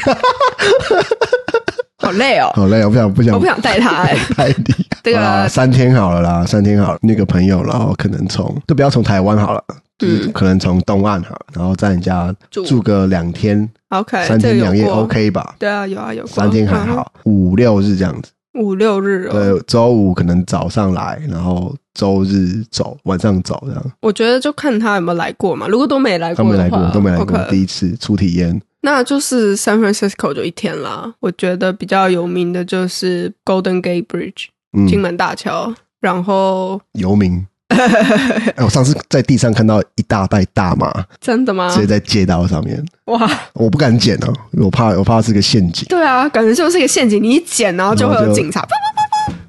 Speaker 2: 好累哦，
Speaker 1: 好累，我不想不想
Speaker 2: 我不想带他， 哎，
Speaker 1: 带你。
Speaker 2: 这
Speaker 1: 好啦
Speaker 2: 个
Speaker 1: 三天好了啦，三天好了。那个朋友，然后可能从就不要从台湾好了，就是
Speaker 2: 嗯
Speaker 1: 可能从东岸好了，然后在人家
Speaker 2: 住
Speaker 1: 住个两天、
Speaker 2: OK，
Speaker 1: 三
Speaker 2: 哎这个
Speaker 1: 天
Speaker 2: 有
Speaker 1: 两夜
Speaker 2: 过
Speaker 1: OK 吧？
Speaker 2: 对啊，有啊有过，
Speaker 1: 三天还好，五六日这样子。
Speaker 2: 嗯，五六日哦。
Speaker 1: 对，周五可能早上来，然后周日走，晚上走这样。
Speaker 2: 我觉得就看他有没有来过嘛，如果都没来
Speaker 1: 他
Speaker 2: 过
Speaker 1: 没来
Speaker 2: 的
Speaker 1: 过
Speaker 2: 话，，
Speaker 1: 都没来过
Speaker 2: OK，
Speaker 1: 第一次初体验。
Speaker 2: 那就是 San Francisco 就一天啦。我觉得比较有名的就是 Golden Gate Bridge
Speaker 1: 嗯，
Speaker 2: 金门大桥，然后
Speaker 1: 游 民。哎，我上次在地上看到一大袋大麻，
Speaker 2: 真的吗
Speaker 1: 直？接在街道上面，
Speaker 2: 哇，
Speaker 1: 我不敢捡哦，我怕我怕是个陷阱。
Speaker 2: 对啊，感觉就是一个陷阱，你一捡然后就会有警察。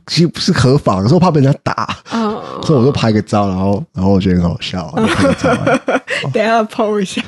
Speaker 1: 其实不是合法，可是我怕被人家打，
Speaker 2: 啊，
Speaker 1: 所以我就拍个照，然后然后我觉得很好笑，我就拍个照。
Speaker 2: 等一下 PO 一 下。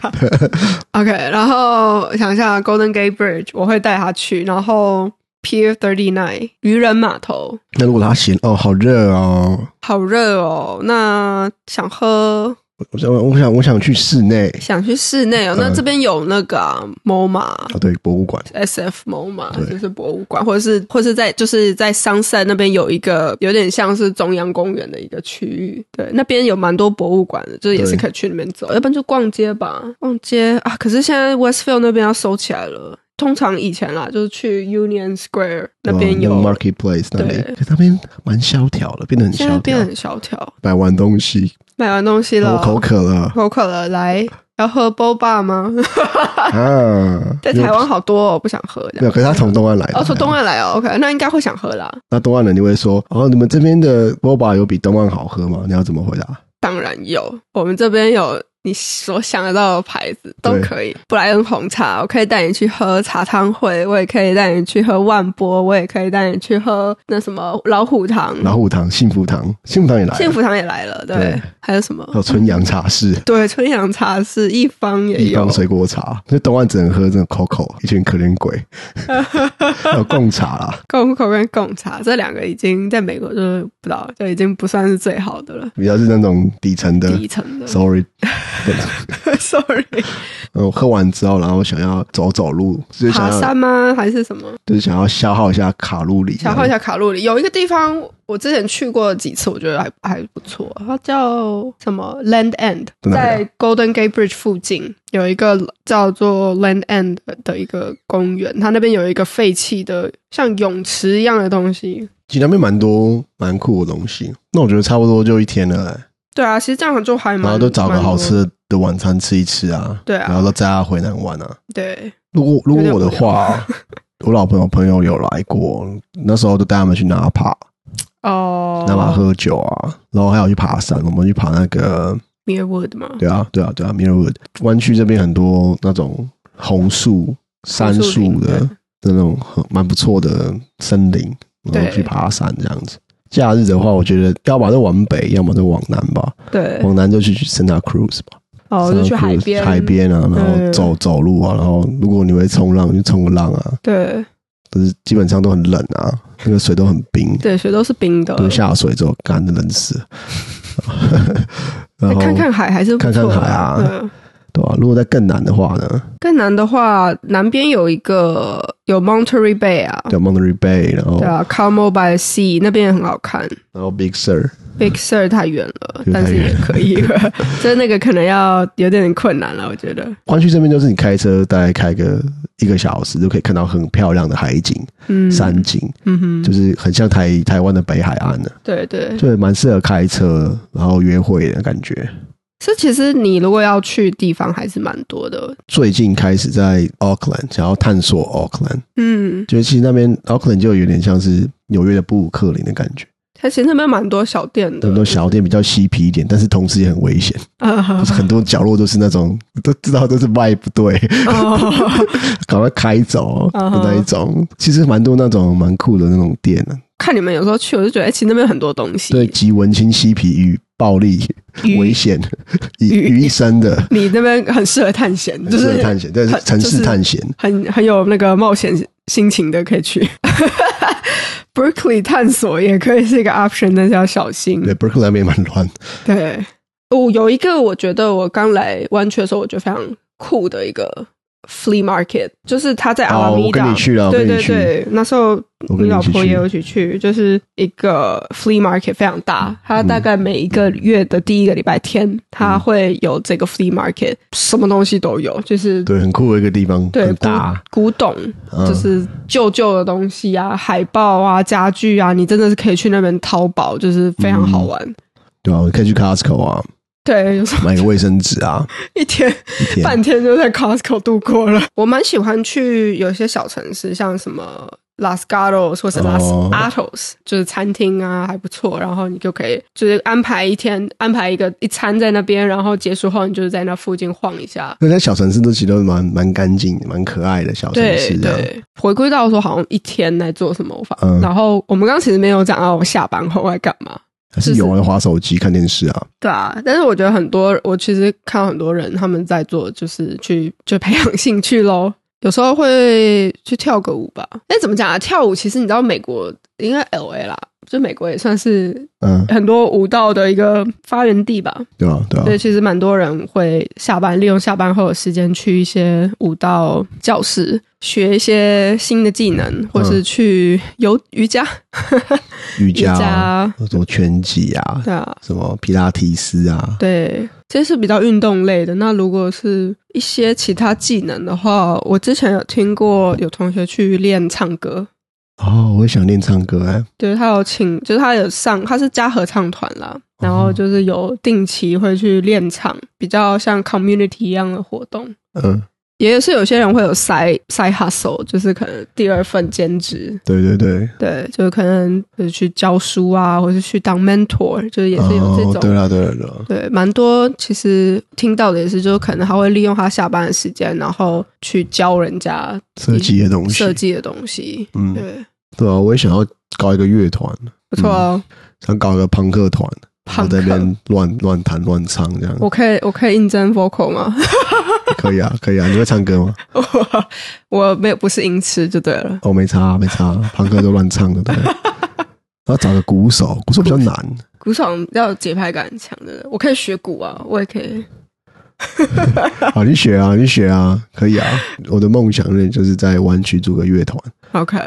Speaker 2: OK，然后想一下 Golden Gate Bridge，我会带他去，然后 Pier Thirty Nine 渔人码头，
Speaker 1: 那如果他嫌哦好热哦，
Speaker 2: 好热哦，那想喝
Speaker 1: 我想我想我想去室内
Speaker 2: 想去室内哦。那这边有那个、啊、MoMA
Speaker 1: 哦，对博物馆
Speaker 2: SF MoMA，
Speaker 1: 对
Speaker 2: 就是博物馆，或者是或是在就是在商赛那边有一个有点像是中央公园的一个区域，对，那边有蛮多博物馆的，就是也是
Speaker 1: 对
Speaker 2: 可以去那边走，要不然就逛街吧，逛街啊。可是现在 Westfield 那边要收起来了。通常以前啦，就是去 Union Square 那边有，
Speaker 1: 哦那个 marketplace 那里，
Speaker 2: 对
Speaker 1: 可是那边蛮萧条的，变得很
Speaker 2: 现在
Speaker 1: 萧条
Speaker 2: 变。很萧条。
Speaker 1: 买完东西，
Speaker 2: 买完东西
Speaker 1: 我
Speaker 2: 了，
Speaker 1: 口 渴了
Speaker 2: 口渴了，来要喝 boba 吗？
Speaker 1: 啊！
Speaker 2: 在台湾好多哦，不想喝
Speaker 1: 没
Speaker 2: 的。
Speaker 1: 有，可是他从东岸来的，
Speaker 2: 哦，从东岸来哦，OK，那应该会想喝啦。
Speaker 1: 那东岸人就会说：“哦，你们这边的 boba 有比东岸好喝吗？”你要怎么回答？
Speaker 2: 当然有，我们这边有你所想得到的牌子都
Speaker 1: 对
Speaker 2: 可以。布莱恩红茶，我可以带你去喝茶汤会，我也可以带你去喝万波，我也可以带你去喝那什么老虎堂，
Speaker 1: 老虎堂、幸福堂、幸福堂也来了，
Speaker 2: 嗯幸福堂也来了，对，
Speaker 1: 对哦
Speaker 2: 还有什么
Speaker 1: 还？有春阳茶室，
Speaker 2: 对，春阳茶是一方也
Speaker 1: 一
Speaker 2: 有
Speaker 1: 方，水果茶，那东岸只能喝这种 Coco，一群可怜 鬼，还有贡茶啦，
Speaker 2: 贡口跟贡茶这两个已经在美国就是不知道，就已经不算是最好的了，
Speaker 1: 比较是那种底层的。
Speaker 2: 底层的。
Speaker 1: Sorry，
Speaker 2: Sorry，
Speaker 1: 呃我喝完之后，然后想要走走路，就是想
Speaker 2: 爬
Speaker 1: 要
Speaker 2: 山吗？还是什么？
Speaker 1: 就是想要消耗一下卡路里，
Speaker 2: 消耗一下卡路里。有一个地方我之前去过几次，我觉得还还不错，它叫什么 Land End，
Speaker 1: 在哪里啊
Speaker 2: 在 Golden Gate Bridge 附近有一个叫做 Land End 的一个公园，它那边有一个废弃的像泳池一样的东西。
Speaker 1: 其实那边蛮多蛮酷的东西，那我觉得差不多就一天了、欸，
Speaker 2: 对啊，其实这样就还蛮
Speaker 1: 然后都找个
Speaker 2: 蛮多
Speaker 1: 好吃的的晚餐吃一吃啊，
Speaker 2: 对啊
Speaker 1: 然后都带他回南湾啊。
Speaker 2: 对，
Speaker 1: 如果如果我的话，我老朋友朋友有来过，那时候就带他们去拿帕，
Speaker 2: 哦，
Speaker 1: 拿帕喝酒啊，然后还有去爬山，我们去爬那个
Speaker 2: Mirwood 嘛，
Speaker 1: 对啊，对啊，对啊，Mirrorwood 湾区这边很多那种红树，山树的那种很蛮不错的森林，然后
Speaker 2: 对
Speaker 1: 去爬山这样子。假日的话，我觉得要么就往北，要么就往南吧。
Speaker 2: 对，
Speaker 1: 往南就去去 Santa Cruz 吧，
Speaker 2: 哦，就去
Speaker 1: Santa
Speaker 2: 海
Speaker 1: Cruz，
Speaker 2: 边，
Speaker 1: 海，边啊，然后
Speaker 2: 嗯
Speaker 1: 走走路啊，然后如果你会冲浪，就冲个浪啊。
Speaker 2: 对
Speaker 1: 但是基本上都很冷啊，那个水都很冰，啊
Speaker 2: 对，水都是冰的，
Speaker 1: 对，下水之后干的 冷死了。然
Speaker 2: 哎
Speaker 1: 后
Speaker 2: 看看海还是不
Speaker 1: 看看
Speaker 2: 错的
Speaker 1: 海啊
Speaker 2: 嗯，
Speaker 1: 对吧、如果在更南的话呢，
Speaker 2: 更南的话，南边有一个有 Monterey Bay 啊，
Speaker 1: 叫 Monterey Bay，然后
Speaker 2: 对啊，Carmel by the Sea 那边也很好看。
Speaker 1: 然后 Big Sur，
Speaker 2: Big Sur 太远了，
Speaker 1: 嗯有点
Speaker 2: 但
Speaker 1: 太
Speaker 2: 是
Speaker 1: 远
Speaker 2: 也可以， 所以那个可能要有点困难了，我觉得。
Speaker 1: 湾区这边就是你开车大概开个一个小时就可以看到很漂亮的海景、
Speaker 2: 嗯，
Speaker 1: 山景，
Speaker 2: 嗯哼，
Speaker 1: 就是很像台台湾的北海岸的、
Speaker 2: 对对，
Speaker 1: 对，蛮适合开车然后约会的感觉。
Speaker 2: 这其实你如果要去地方还是蛮多的，
Speaker 1: 最近开始在 Auckland 想要探索 Auckland，
Speaker 2: 嗯，
Speaker 1: 觉得其实那边 Auckland 就有点像是纽约的布鲁克林的感觉。
Speaker 2: 它其实那边蛮多小店的，
Speaker 1: 很多小店比较嬉皮一点，但是同时也很危险，
Speaker 2: 啊
Speaker 1: 就是很多角落都是那种都知道都是卖不对，
Speaker 2: 哦，
Speaker 1: 赶快开走的
Speaker 2: 嗯哼
Speaker 1: 那一种。其实蛮多那种蛮酷的那种店的、
Speaker 2: 看你们有时候去，我就觉得哎，其实那边很多东西。
Speaker 1: 对，集文青、嬉皮与暴力、
Speaker 2: 鱼
Speaker 1: 危险于
Speaker 2: 于
Speaker 1: 于一身的，
Speaker 2: 你那边很适合探险， 就
Speaker 1: 很适合
Speaker 2: 是
Speaker 1: 探险，对，
Speaker 2: 很
Speaker 1: 城
Speaker 2: 就
Speaker 1: 市
Speaker 2: 是
Speaker 1: 探险。
Speaker 2: 很很有那个冒险心情的，可以去。Berkeley 探索也可以是一个 option，但是要小心。
Speaker 1: 对，Berkeley 那边蛮乱，
Speaker 2: 对，哦，有一个我觉得我刚来湾区的时候，我觉得非常酷的一个 flea market，就是它在阿拉
Speaker 1: 哦
Speaker 2: 米
Speaker 1: 我跟
Speaker 2: 达。
Speaker 1: 你去了我
Speaker 2: 对
Speaker 1: 跟你
Speaker 2: 对
Speaker 1: 去
Speaker 2: 对，那时候嗯
Speaker 1: 我跟
Speaker 2: 你
Speaker 1: 你
Speaker 2: 老
Speaker 1: 一起
Speaker 2: 婆也有
Speaker 1: 去。
Speaker 2: 一起去，就是一个 flea market 非常大，
Speaker 1: 嗯
Speaker 2: 它大概每一个月的第一个礼拜天，
Speaker 1: 嗯
Speaker 2: 它会有这个 flea market，什么东西都有，就是
Speaker 1: 对，很酷的一个地方，
Speaker 2: 对
Speaker 1: 很大，
Speaker 2: 古古董，
Speaker 1: 嗯
Speaker 2: 就是旧旧的东西啊，海报啊、家具啊，你真的是可以去那边淘宝，就是非常好玩。
Speaker 1: 对吧、我可以去 Costco 啊，
Speaker 2: 对，有时候
Speaker 1: 买个卫生纸啊，
Speaker 2: 一天
Speaker 1: 一天
Speaker 2: 半天就在 Costco 度过了。我蛮喜欢去有些小城市，像什么 Las Gatos 或是 Las
Speaker 1: 哦
Speaker 2: Atos，、就是餐厅啊还不错。然后你就可以就是安排一天，安排一个一餐在那边，然后结束后你就是在那附近晃一下。
Speaker 1: 那在小城市都其实都蛮蛮干净、蛮可爱的小城
Speaker 2: 对
Speaker 1: 市这样。
Speaker 2: 对，回归到说好像一天在做什么，我发、
Speaker 1: 嗯
Speaker 2: 然后我们刚刚其实没有讲到我下班后在干嘛。
Speaker 1: 还是有人划手机、看电视啊，
Speaker 2: 对啊，但是我觉得很多，我其实看到很多人他们在做，就是去就培养兴趣咯。 有时候会去跳个舞吧。那怎么讲啊？跳舞其实你知道美国应该 L A 啦，就美国也算是
Speaker 1: 嗯，
Speaker 2: 很多舞蹈的一个发源地吧。
Speaker 1: 对吧？对吧啊
Speaker 2: 所？以其实蛮多人会下班利用下班后的时间去一些舞蹈教室学一些新的技能，或是去游瑜伽、
Speaker 1: 瑜
Speaker 2: 瑜
Speaker 1: 伽、啊，
Speaker 2: 伽，
Speaker 1: 什么拳击啊，
Speaker 2: 对啊，
Speaker 1: 什么皮拉提斯啊，
Speaker 2: 对，这是比较运动类的。那如果是一些其他技能的话，我之前有听过有同学去练唱歌，
Speaker 1: 哦，我也想练唱歌哎、
Speaker 2: 就是他有请，就是他有上，他是加合唱团啦，然
Speaker 1: 哦
Speaker 2: 后就是有定期会去练唱，比较像 community 一样的活动。
Speaker 1: 嗯，
Speaker 2: 也是有些人会有 side side hustle，就是可能第二份兼职，
Speaker 1: 对对对，
Speaker 2: 对，就是可能就是去教书啊，或是去当 mentor，就是也是有这种。
Speaker 1: 哦、对啦对啦对啦，
Speaker 2: 对，蛮多。其实听到的也是，就是可能他会利用他下班的时间，然后去教人家
Speaker 1: 设计的东西，
Speaker 2: 设计的东西。
Speaker 1: 嗯，
Speaker 2: 对，
Speaker 1: 对啊，我也想要搞一个乐团，
Speaker 2: 不错哦。
Speaker 1: 想搞一个朋克团，然后
Speaker 2: 朋克
Speaker 1: 在那边乱乱弹乱唱这样，
Speaker 2: 我可以，我可以应征 vocal 吗？
Speaker 1: 可以啊可以啊，你会唱歌吗？
Speaker 2: 我我没有，不是音痴就对了。
Speaker 1: 哦，没差啊没差啊，朋克都乱唱 的，对。然后找个鼓手，鼓手比较难，
Speaker 2: 鼓手要有节拍感很强的，我可以学鼓啊，我也可以。
Speaker 1: 啊，你学啊，你学啊，可以啊。我的梦想呢，就是在湾区组个乐团，
Speaker 2: OK，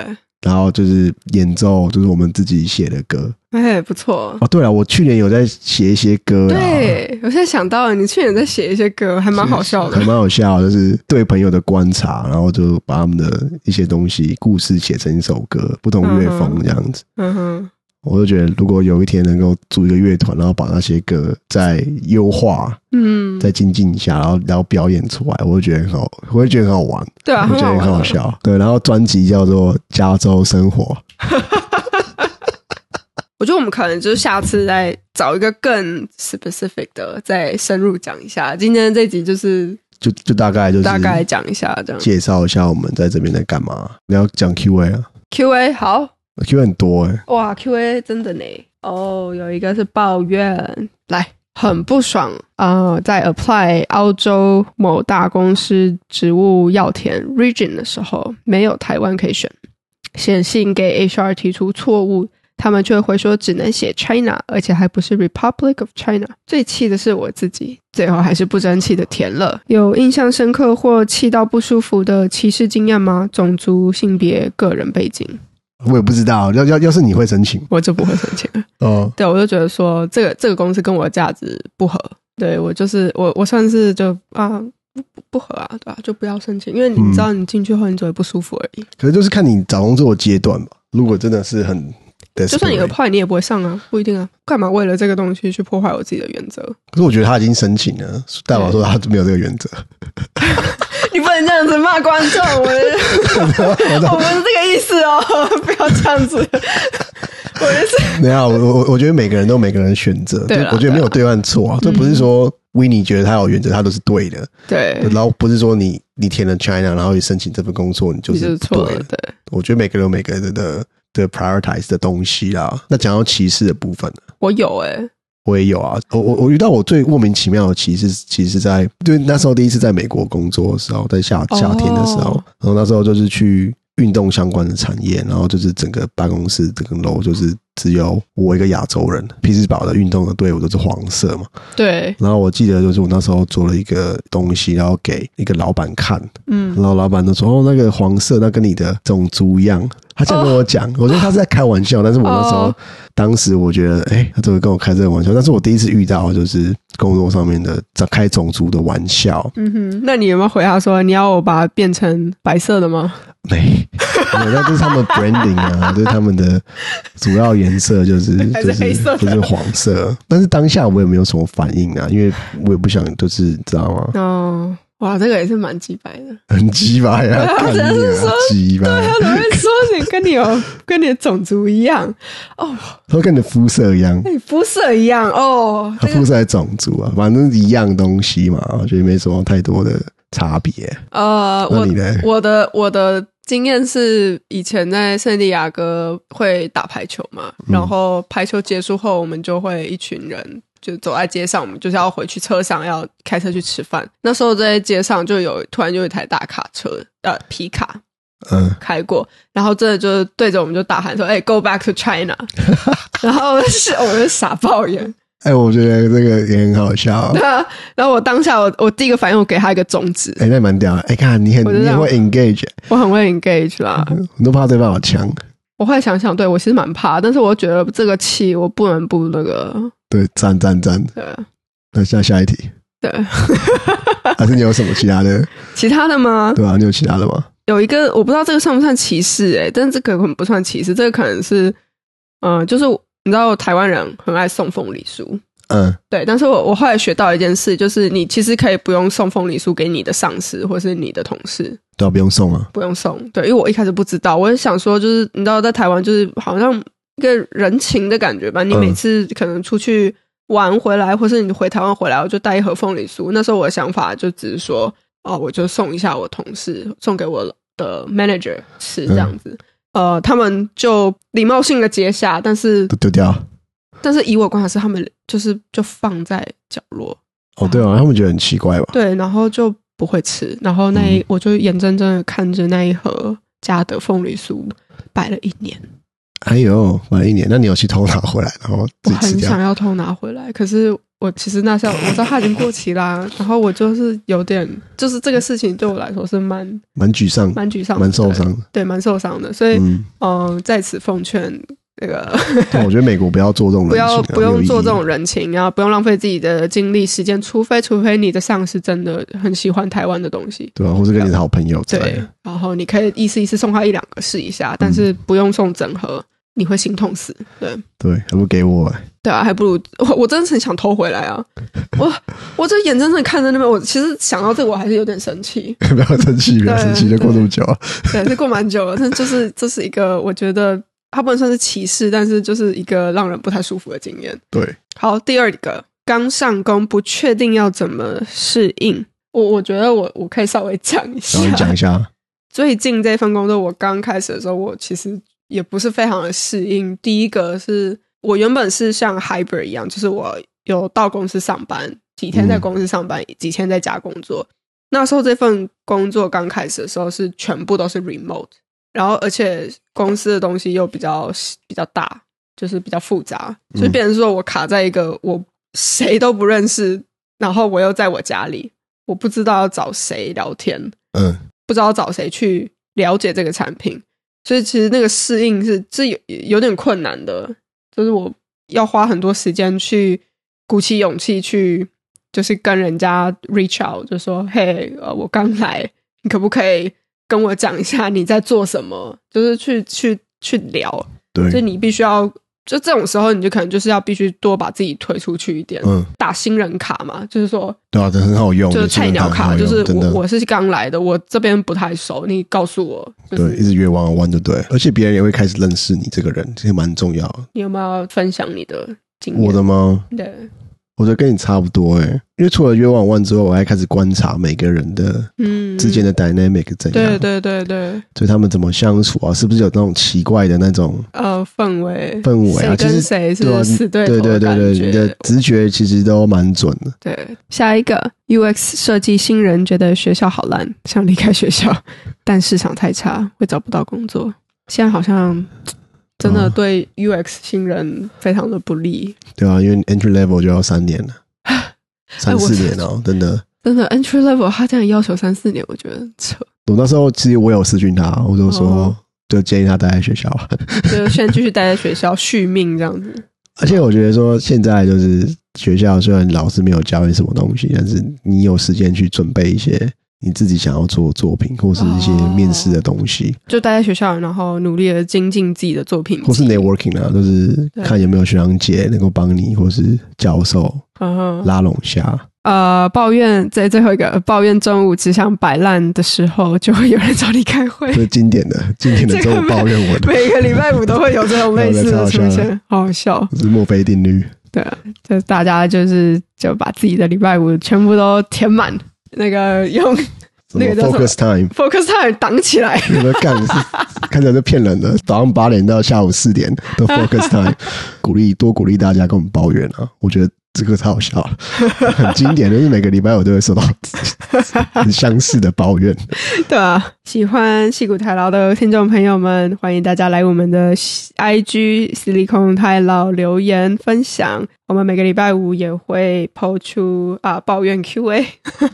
Speaker 1: 然后就是演奏，就是我们自己写的歌。
Speaker 2: 哎，不错。
Speaker 1: 哦，对了，我去年有在写一些歌啦，
Speaker 2: 对，我现在想到了，你去年在写一些歌，还蛮好笑
Speaker 1: 还
Speaker 2: 的。
Speaker 1: 蛮好笑，就是对朋友的观察，然后就把他们的一些东西、故事写成一首歌，不同乐
Speaker 2: 嗯
Speaker 1: 风
Speaker 2: 哼
Speaker 1: 这样子。
Speaker 2: 嗯哼，
Speaker 1: 我就觉得，如果有一天能够组一个乐团，然后把那些歌再优化、
Speaker 2: 嗯，
Speaker 1: 再精进一下，然后然后表演出来，我就觉得很好，我会觉得很好玩。
Speaker 2: 对啊，
Speaker 1: 我觉得
Speaker 2: 很
Speaker 1: 很
Speaker 2: 好
Speaker 1: 好
Speaker 2: 玩啊。
Speaker 1: 笑。对，然后专辑叫做《加州生活》，
Speaker 2: 我觉得我们可能就是下次再找一个更 specific 的，再深入讲一下。今天这集就是
Speaker 1: 就就大概就是
Speaker 2: 大概讲一下这样。
Speaker 1: 介绍一下我们在这边在干嘛。你要讲 Q&A 啊
Speaker 2: Q&A 好
Speaker 1: ，Q&A 很多哎、
Speaker 2: 哇，Q&A 真的呢。哦，有一个是抱怨，来很不爽啊、呃在 apply 澳洲某大公司职务要填 region 的时候，没有台湾可以选，写信给 HR 提出错误。他们却会说只能写 China，而且还不是 Republic of China。最气的是我自己，最后还是不争气的填了。有印象深刻或气到不舒服的歧视经验吗？种族、性别、个人背景，
Speaker 1: 我也不知道，要要要是你会申请
Speaker 2: 我就不会申请了。
Speaker 1: 哦，
Speaker 2: 对，我就觉得说这个这个公司跟我的价值不合，对我就是我我算是就啊不不合啊，对吧、就不要申请，因为你
Speaker 1: 嗯
Speaker 2: 知道你进去后你只会不舒服而已。
Speaker 1: 可是就是看你找工作的阶段吧。如果真的是很 desperate，
Speaker 2: 就算你 apply 你也不会上啊，不一定啊，干嘛为了这个东西去破坏我自己的原则？
Speaker 1: 可是我觉得他已经申请了，代表说他没有这个原则。
Speaker 2: 你不能这样子骂观众，我们我们是这个意思哦， 不要这样子，我就是
Speaker 1: 没有，我我我觉得每个人都有每个人的选择，
Speaker 2: 对啦
Speaker 1: 就我觉得没有对和错啊，这不是说 w i n n 觉得他有原则，他都是 对的，
Speaker 2: 对，
Speaker 1: 然后不是说你你填了 China，然后你申请这份工作，你就
Speaker 2: 你
Speaker 1: 是
Speaker 2: 是错
Speaker 1: 对
Speaker 2: 了
Speaker 1: 的。
Speaker 2: 对。
Speaker 1: 我觉得每个人有每个人的的 prioritize 的东西啦。那讲到歧视的部分，
Speaker 2: 我有哎、
Speaker 1: 我也有啊，我我我遇到我最莫名其妙的歧视，其实在对那时候第一次在美国工作的时候，在夏
Speaker 2: 哦
Speaker 1: 夏天的时候，然后那时候就是去运动相关的产业，然后就是整个办公室整个楼就是只有我一个亚洲人，匹兹堡的运动的队伍都是黄色嘛，
Speaker 2: 对，
Speaker 1: 然后我记得就是我那时候做了一个东西，然后给一个老板看，
Speaker 2: 嗯，
Speaker 1: 然后老板都说哦那个黄色那跟你的种族一样，他这样跟我讲，我觉得他是在开玩笑，但是我那时候、
Speaker 2: 哦
Speaker 1: 当时我觉得哎、他怎么跟我开这个玩笑？但是我第一次遇到就是工作上面的在开种族的玩笑，
Speaker 2: 嗯哼，那你有没有回他说你要我把它变成白色的吗？
Speaker 1: 没，没有那这是他们 branding 啊，就是他们的主要颜色就是
Speaker 2: 还
Speaker 1: 就是
Speaker 2: 黑
Speaker 1: 是
Speaker 2: 色的
Speaker 1: 就是黄色，但是当下我也没有什么反应啊，因为我也不想就是你知道吗？
Speaker 2: 哦，哇，这个也是蛮鸡掰的。
Speaker 1: 很鸡巴 呀，
Speaker 2: 对啊
Speaker 1: 干
Speaker 2: 真
Speaker 1: 你
Speaker 2: 的是
Speaker 1: 啊
Speaker 2: 说，
Speaker 1: 鸡巴！
Speaker 2: 他怎么会说你跟你有跟你的种族一样？哦，
Speaker 1: 他说跟你的肤色一样，
Speaker 2: 跟你肤色一样哦。
Speaker 1: 他肤色还种族啊，反正一样东西嘛，我觉得没什么太多的差别。
Speaker 2: 呃，
Speaker 1: 那
Speaker 2: 我
Speaker 1: 你呢？
Speaker 2: 我的我的经验是，以前在圣地亚哥会打排球嘛，
Speaker 1: 嗯
Speaker 2: 然后排球结束后，我们就会一群人。就走在街上，我们就是要回去车上，要开车去吃饭。那时候在街上就有突然就有一台大卡车，呃，皮卡，
Speaker 1: 嗯，
Speaker 2: 开过，然后真的就是对着我们就大喊说：“哎、g o back to China！” 然后是哦我们就傻爆眼。啊
Speaker 1: 哎，我觉得这个也很 好笑。
Speaker 2: 然后我当下我我第一个反应我给他一个中指，
Speaker 1: 哎，那蛮屌的。哎，看你很
Speaker 2: 我就啊
Speaker 1: 你
Speaker 2: 这样
Speaker 1: 很会 engage，
Speaker 2: 我很会 engage 啦。
Speaker 1: 你都怕对方有枪。
Speaker 2: 我后来想想，对我其实蛮怕，但是我觉得这个气我不能不那个，
Speaker 1: 对，赞赞赞。
Speaker 2: 对啊
Speaker 1: 那下下一题，
Speaker 2: 对。
Speaker 1: 还是你有什么其他的？
Speaker 2: 其他的吗？
Speaker 1: 对吧？你有其他的吗？
Speaker 2: 有一个我不知道这个算不算歧视哎、但是这个可能不算歧视，这个可能是，嗯、就是你知道台湾人很爱送凤梨酥，
Speaker 1: 嗯，
Speaker 2: 对，但是我我后来学到一件事，就是你其实可以不用送凤梨酥给你的上司或是你的同事，
Speaker 1: 对啊，不用送啊。
Speaker 2: 不用送。对，因为我一开始不知道，我也想说，就是你知道，在台湾就是好像一个人情的感觉吧。你
Speaker 1: 嗯
Speaker 2: 每次可能出去玩回来，或是你回台湾回来，我就带一盒凤梨酥。那时候我的想法就只是说，哦，我就送一下我同事，送给我的 manager 吃这样子。呃，他们就礼貌性的接下，但是
Speaker 1: 都丢掉。
Speaker 2: 但是以我观察是，他们就是就放在角落，
Speaker 1: 哦，对啊，他们觉得很奇怪吧？
Speaker 2: 对，然后就不会吃。然后那一、
Speaker 1: 嗯
Speaker 2: 我就眼睁睁的看着那一盒家的凤梨酥摆了一年，
Speaker 1: 哎呦，晚一年，那你有去偷拿回来，然后
Speaker 2: 我
Speaker 1: 自己吃
Speaker 2: 很
Speaker 1: 掉
Speaker 2: 想？要偷拿回来，可是我其实那时候我知道它已经过期啦，然后我就是有点，就是这个事情对我来说是蛮
Speaker 1: 蛮沮丧，
Speaker 2: 蛮沮丧的，
Speaker 1: 蛮受伤
Speaker 2: 对，
Speaker 1: 的。
Speaker 2: 对，蛮受伤的。所以，
Speaker 1: 嗯，
Speaker 2: 嗯、在此奉劝那个
Speaker 1: 但我觉得美国不要做这种人
Speaker 2: 不
Speaker 1: 情啊，
Speaker 2: 要不用做这
Speaker 1: 没有意
Speaker 2: 种人情啊，不用浪费自己的精力时间，除非除非你的上司真的很喜欢台湾的东西
Speaker 1: 义，，对吧、啊或者跟你的好朋友之类
Speaker 2: 对嗯
Speaker 1: 的，，
Speaker 2: 然后你可以一次一次送他一两个试一下，但是不用送整盒，你会心痛死。对
Speaker 1: 对，还不给我、 欸，
Speaker 2: 对啊，还不如我我真的很想偷回来 啊！我我这眼睁睁看着那边，我其实想到这个我还是有点生气。
Speaker 1: 不要生气，不要生气，
Speaker 2: 对
Speaker 1: 就过这么久啊。
Speaker 2: 对，这过蛮久了，但就是这是一个我觉得它不能算是歧视，但是就是一个让人不太舒服的经验。
Speaker 1: 对，
Speaker 2: 好，第二个，刚上工不确定要怎么适应，我我觉得我我可以稍微讲一下
Speaker 1: 然后，你讲一下，
Speaker 2: 最近这份工作，我刚开始的时候，我其实也不是非常的适应。第一个是我原本是像 hybrid 一样，就是我有到公司上班几天在公司上班，几天在家工作。那时候这份工作刚开始的时候是全部都是 remote，然后而且公司的东西又比较比较大，就是比较复杂，所以变成说我卡在一个我谁都不认识，然后我又在我家里，我不知道要找谁聊天。
Speaker 1: 嗯
Speaker 2: 不知道找谁去了解这个产品，所以其实那个适应是是有有点困难的，就是我要花很多时间去鼓起勇气去，就是跟人家 reach out，就说嘿，呃，我刚来，你可不可以跟我讲一下你在做什么？就是去去去聊，就
Speaker 1: 对，
Speaker 2: 你必须要，就这种时候你就可能就是要必须多把自己推出去一点，
Speaker 1: 嗯，
Speaker 2: 打新人卡嘛，就是说
Speaker 1: 对啊，这很好用，
Speaker 2: 就是菜鸟卡，就
Speaker 1: 这个
Speaker 2: 是
Speaker 1: 很好用真
Speaker 2: 我
Speaker 1: 的
Speaker 2: 我是刚来的，我这边不太熟，你告诉我，就
Speaker 1: 对，一
Speaker 2: 是
Speaker 1: 直越玩玩就对，而且别人也会开始认识你这个人，这个蛮重要的。
Speaker 2: 你有没有要分享你的经验？
Speaker 1: 我的吗？
Speaker 2: 对，
Speaker 1: 我的跟你差不多诶、因为除了约网玩之后，我还开始观察每个人的
Speaker 2: 嗯，
Speaker 1: 之间的 dynamic 怎
Speaker 2: 对
Speaker 1: 样，
Speaker 2: 对对对，
Speaker 1: 所以他们怎么相处啊，是不是有那种奇怪的那种
Speaker 2: 呃，氛围
Speaker 1: 氛围啊？
Speaker 2: 谁
Speaker 1: 就
Speaker 2: 跟
Speaker 1: 是
Speaker 2: 谁
Speaker 1: 对
Speaker 2: 是
Speaker 1: 啊
Speaker 2: 死对
Speaker 1: 对
Speaker 2: 头
Speaker 1: 对
Speaker 2: 的
Speaker 1: 对
Speaker 2: 感
Speaker 1: 对，你的
Speaker 2: 觉。
Speaker 1: 直觉其实都蛮准的。
Speaker 2: 对，下一个 UX 设计新人觉得学校好烂，想离开学校， 但市场太差，会找不到工作。现在好像真的
Speaker 1: 啊
Speaker 2: 对 UX 新人非常的不利。
Speaker 1: 对啊，因为 entry level 就要三年 了，
Speaker 2: 哎
Speaker 1: 三四年哦、真的。
Speaker 2: 真的 entry level 他这样要求三四年，我觉得 很扯。
Speaker 1: 我那时候其实我有私讯他，我就说、
Speaker 2: 哦
Speaker 1: 就建议他待在学校，
Speaker 2: 就现在继续待在学校续命这样子。
Speaker 1: 而且我觉得说现在就是学校虽然老师没有教你什么东西，但是你有时间去准备一些你自己想要做的作品，或是一些
Speaker 2: 哦
Speaker 1: 面试的东西，
Speaker 2: 就待在学校，然后努力的精进自己的作品集，
Speaker 1: 或是 networking 啊，就是
Speaker 2: 对
Speaker 1: 看有没有学长姐能够帮你，或是教授
Speaker 2: 嗯哼
Speaker 1: 拉拢一下。
Speaker 2: 呃，抱怨在最后一个抱怨中午只想摆烂的时候，就会有人找你开会
Speaker 1: 这。是经典的，经典的
Speaker 2: 这
Speaker 1: 周
Speaker 2: 个
Speaker 1: 五抱怨文，
Speaker 2: 每个礼拜五都会有这种类似的
Speaker 1: 超好
Speaker 2: 出
Speaker 1: 笑的
Speaker 2: 现， 好好笑。
Speaker 1: 这是墨菲定律。
Speaker 2: 对啊，就大家就是就把自己的礼拜五全部都填满，那个用
Speaker 1: 什么
Speaker 2: 那个叫什么
Speaker 1: focus time，
Speaker 2: focus time 挡起来。
Speaker 1: 你们干是看起来是骗人的。早上八点到下午四点都 focus time，鼓励多鼓励大家跟我们抱怨啊！我觉得这个太好笑了，很经典，就是每个礼拜我都会收到很相似的抱怨。
Speaker 2: 对啊，喜欢戏骨台劳的听众朋友们，欢迎大家来我们的 IG 西利空太劳留言分享。我们每个礼拜五也会抛出啊抱怨 Q&A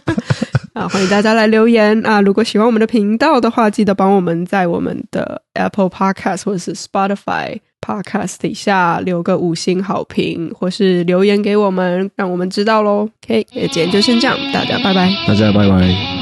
Speaker 2: 啊，欢迎大家来留言啊！如果喜欢我们的频道的话，记得帮我们在我们的 Apple Podcast 或者是 Spotify Podcast 底下留个五星好评，或是留言给我们，让我们知道喽。OK，那今天就先这样，大家拜拜。
Speaker 1: 大家拜拜。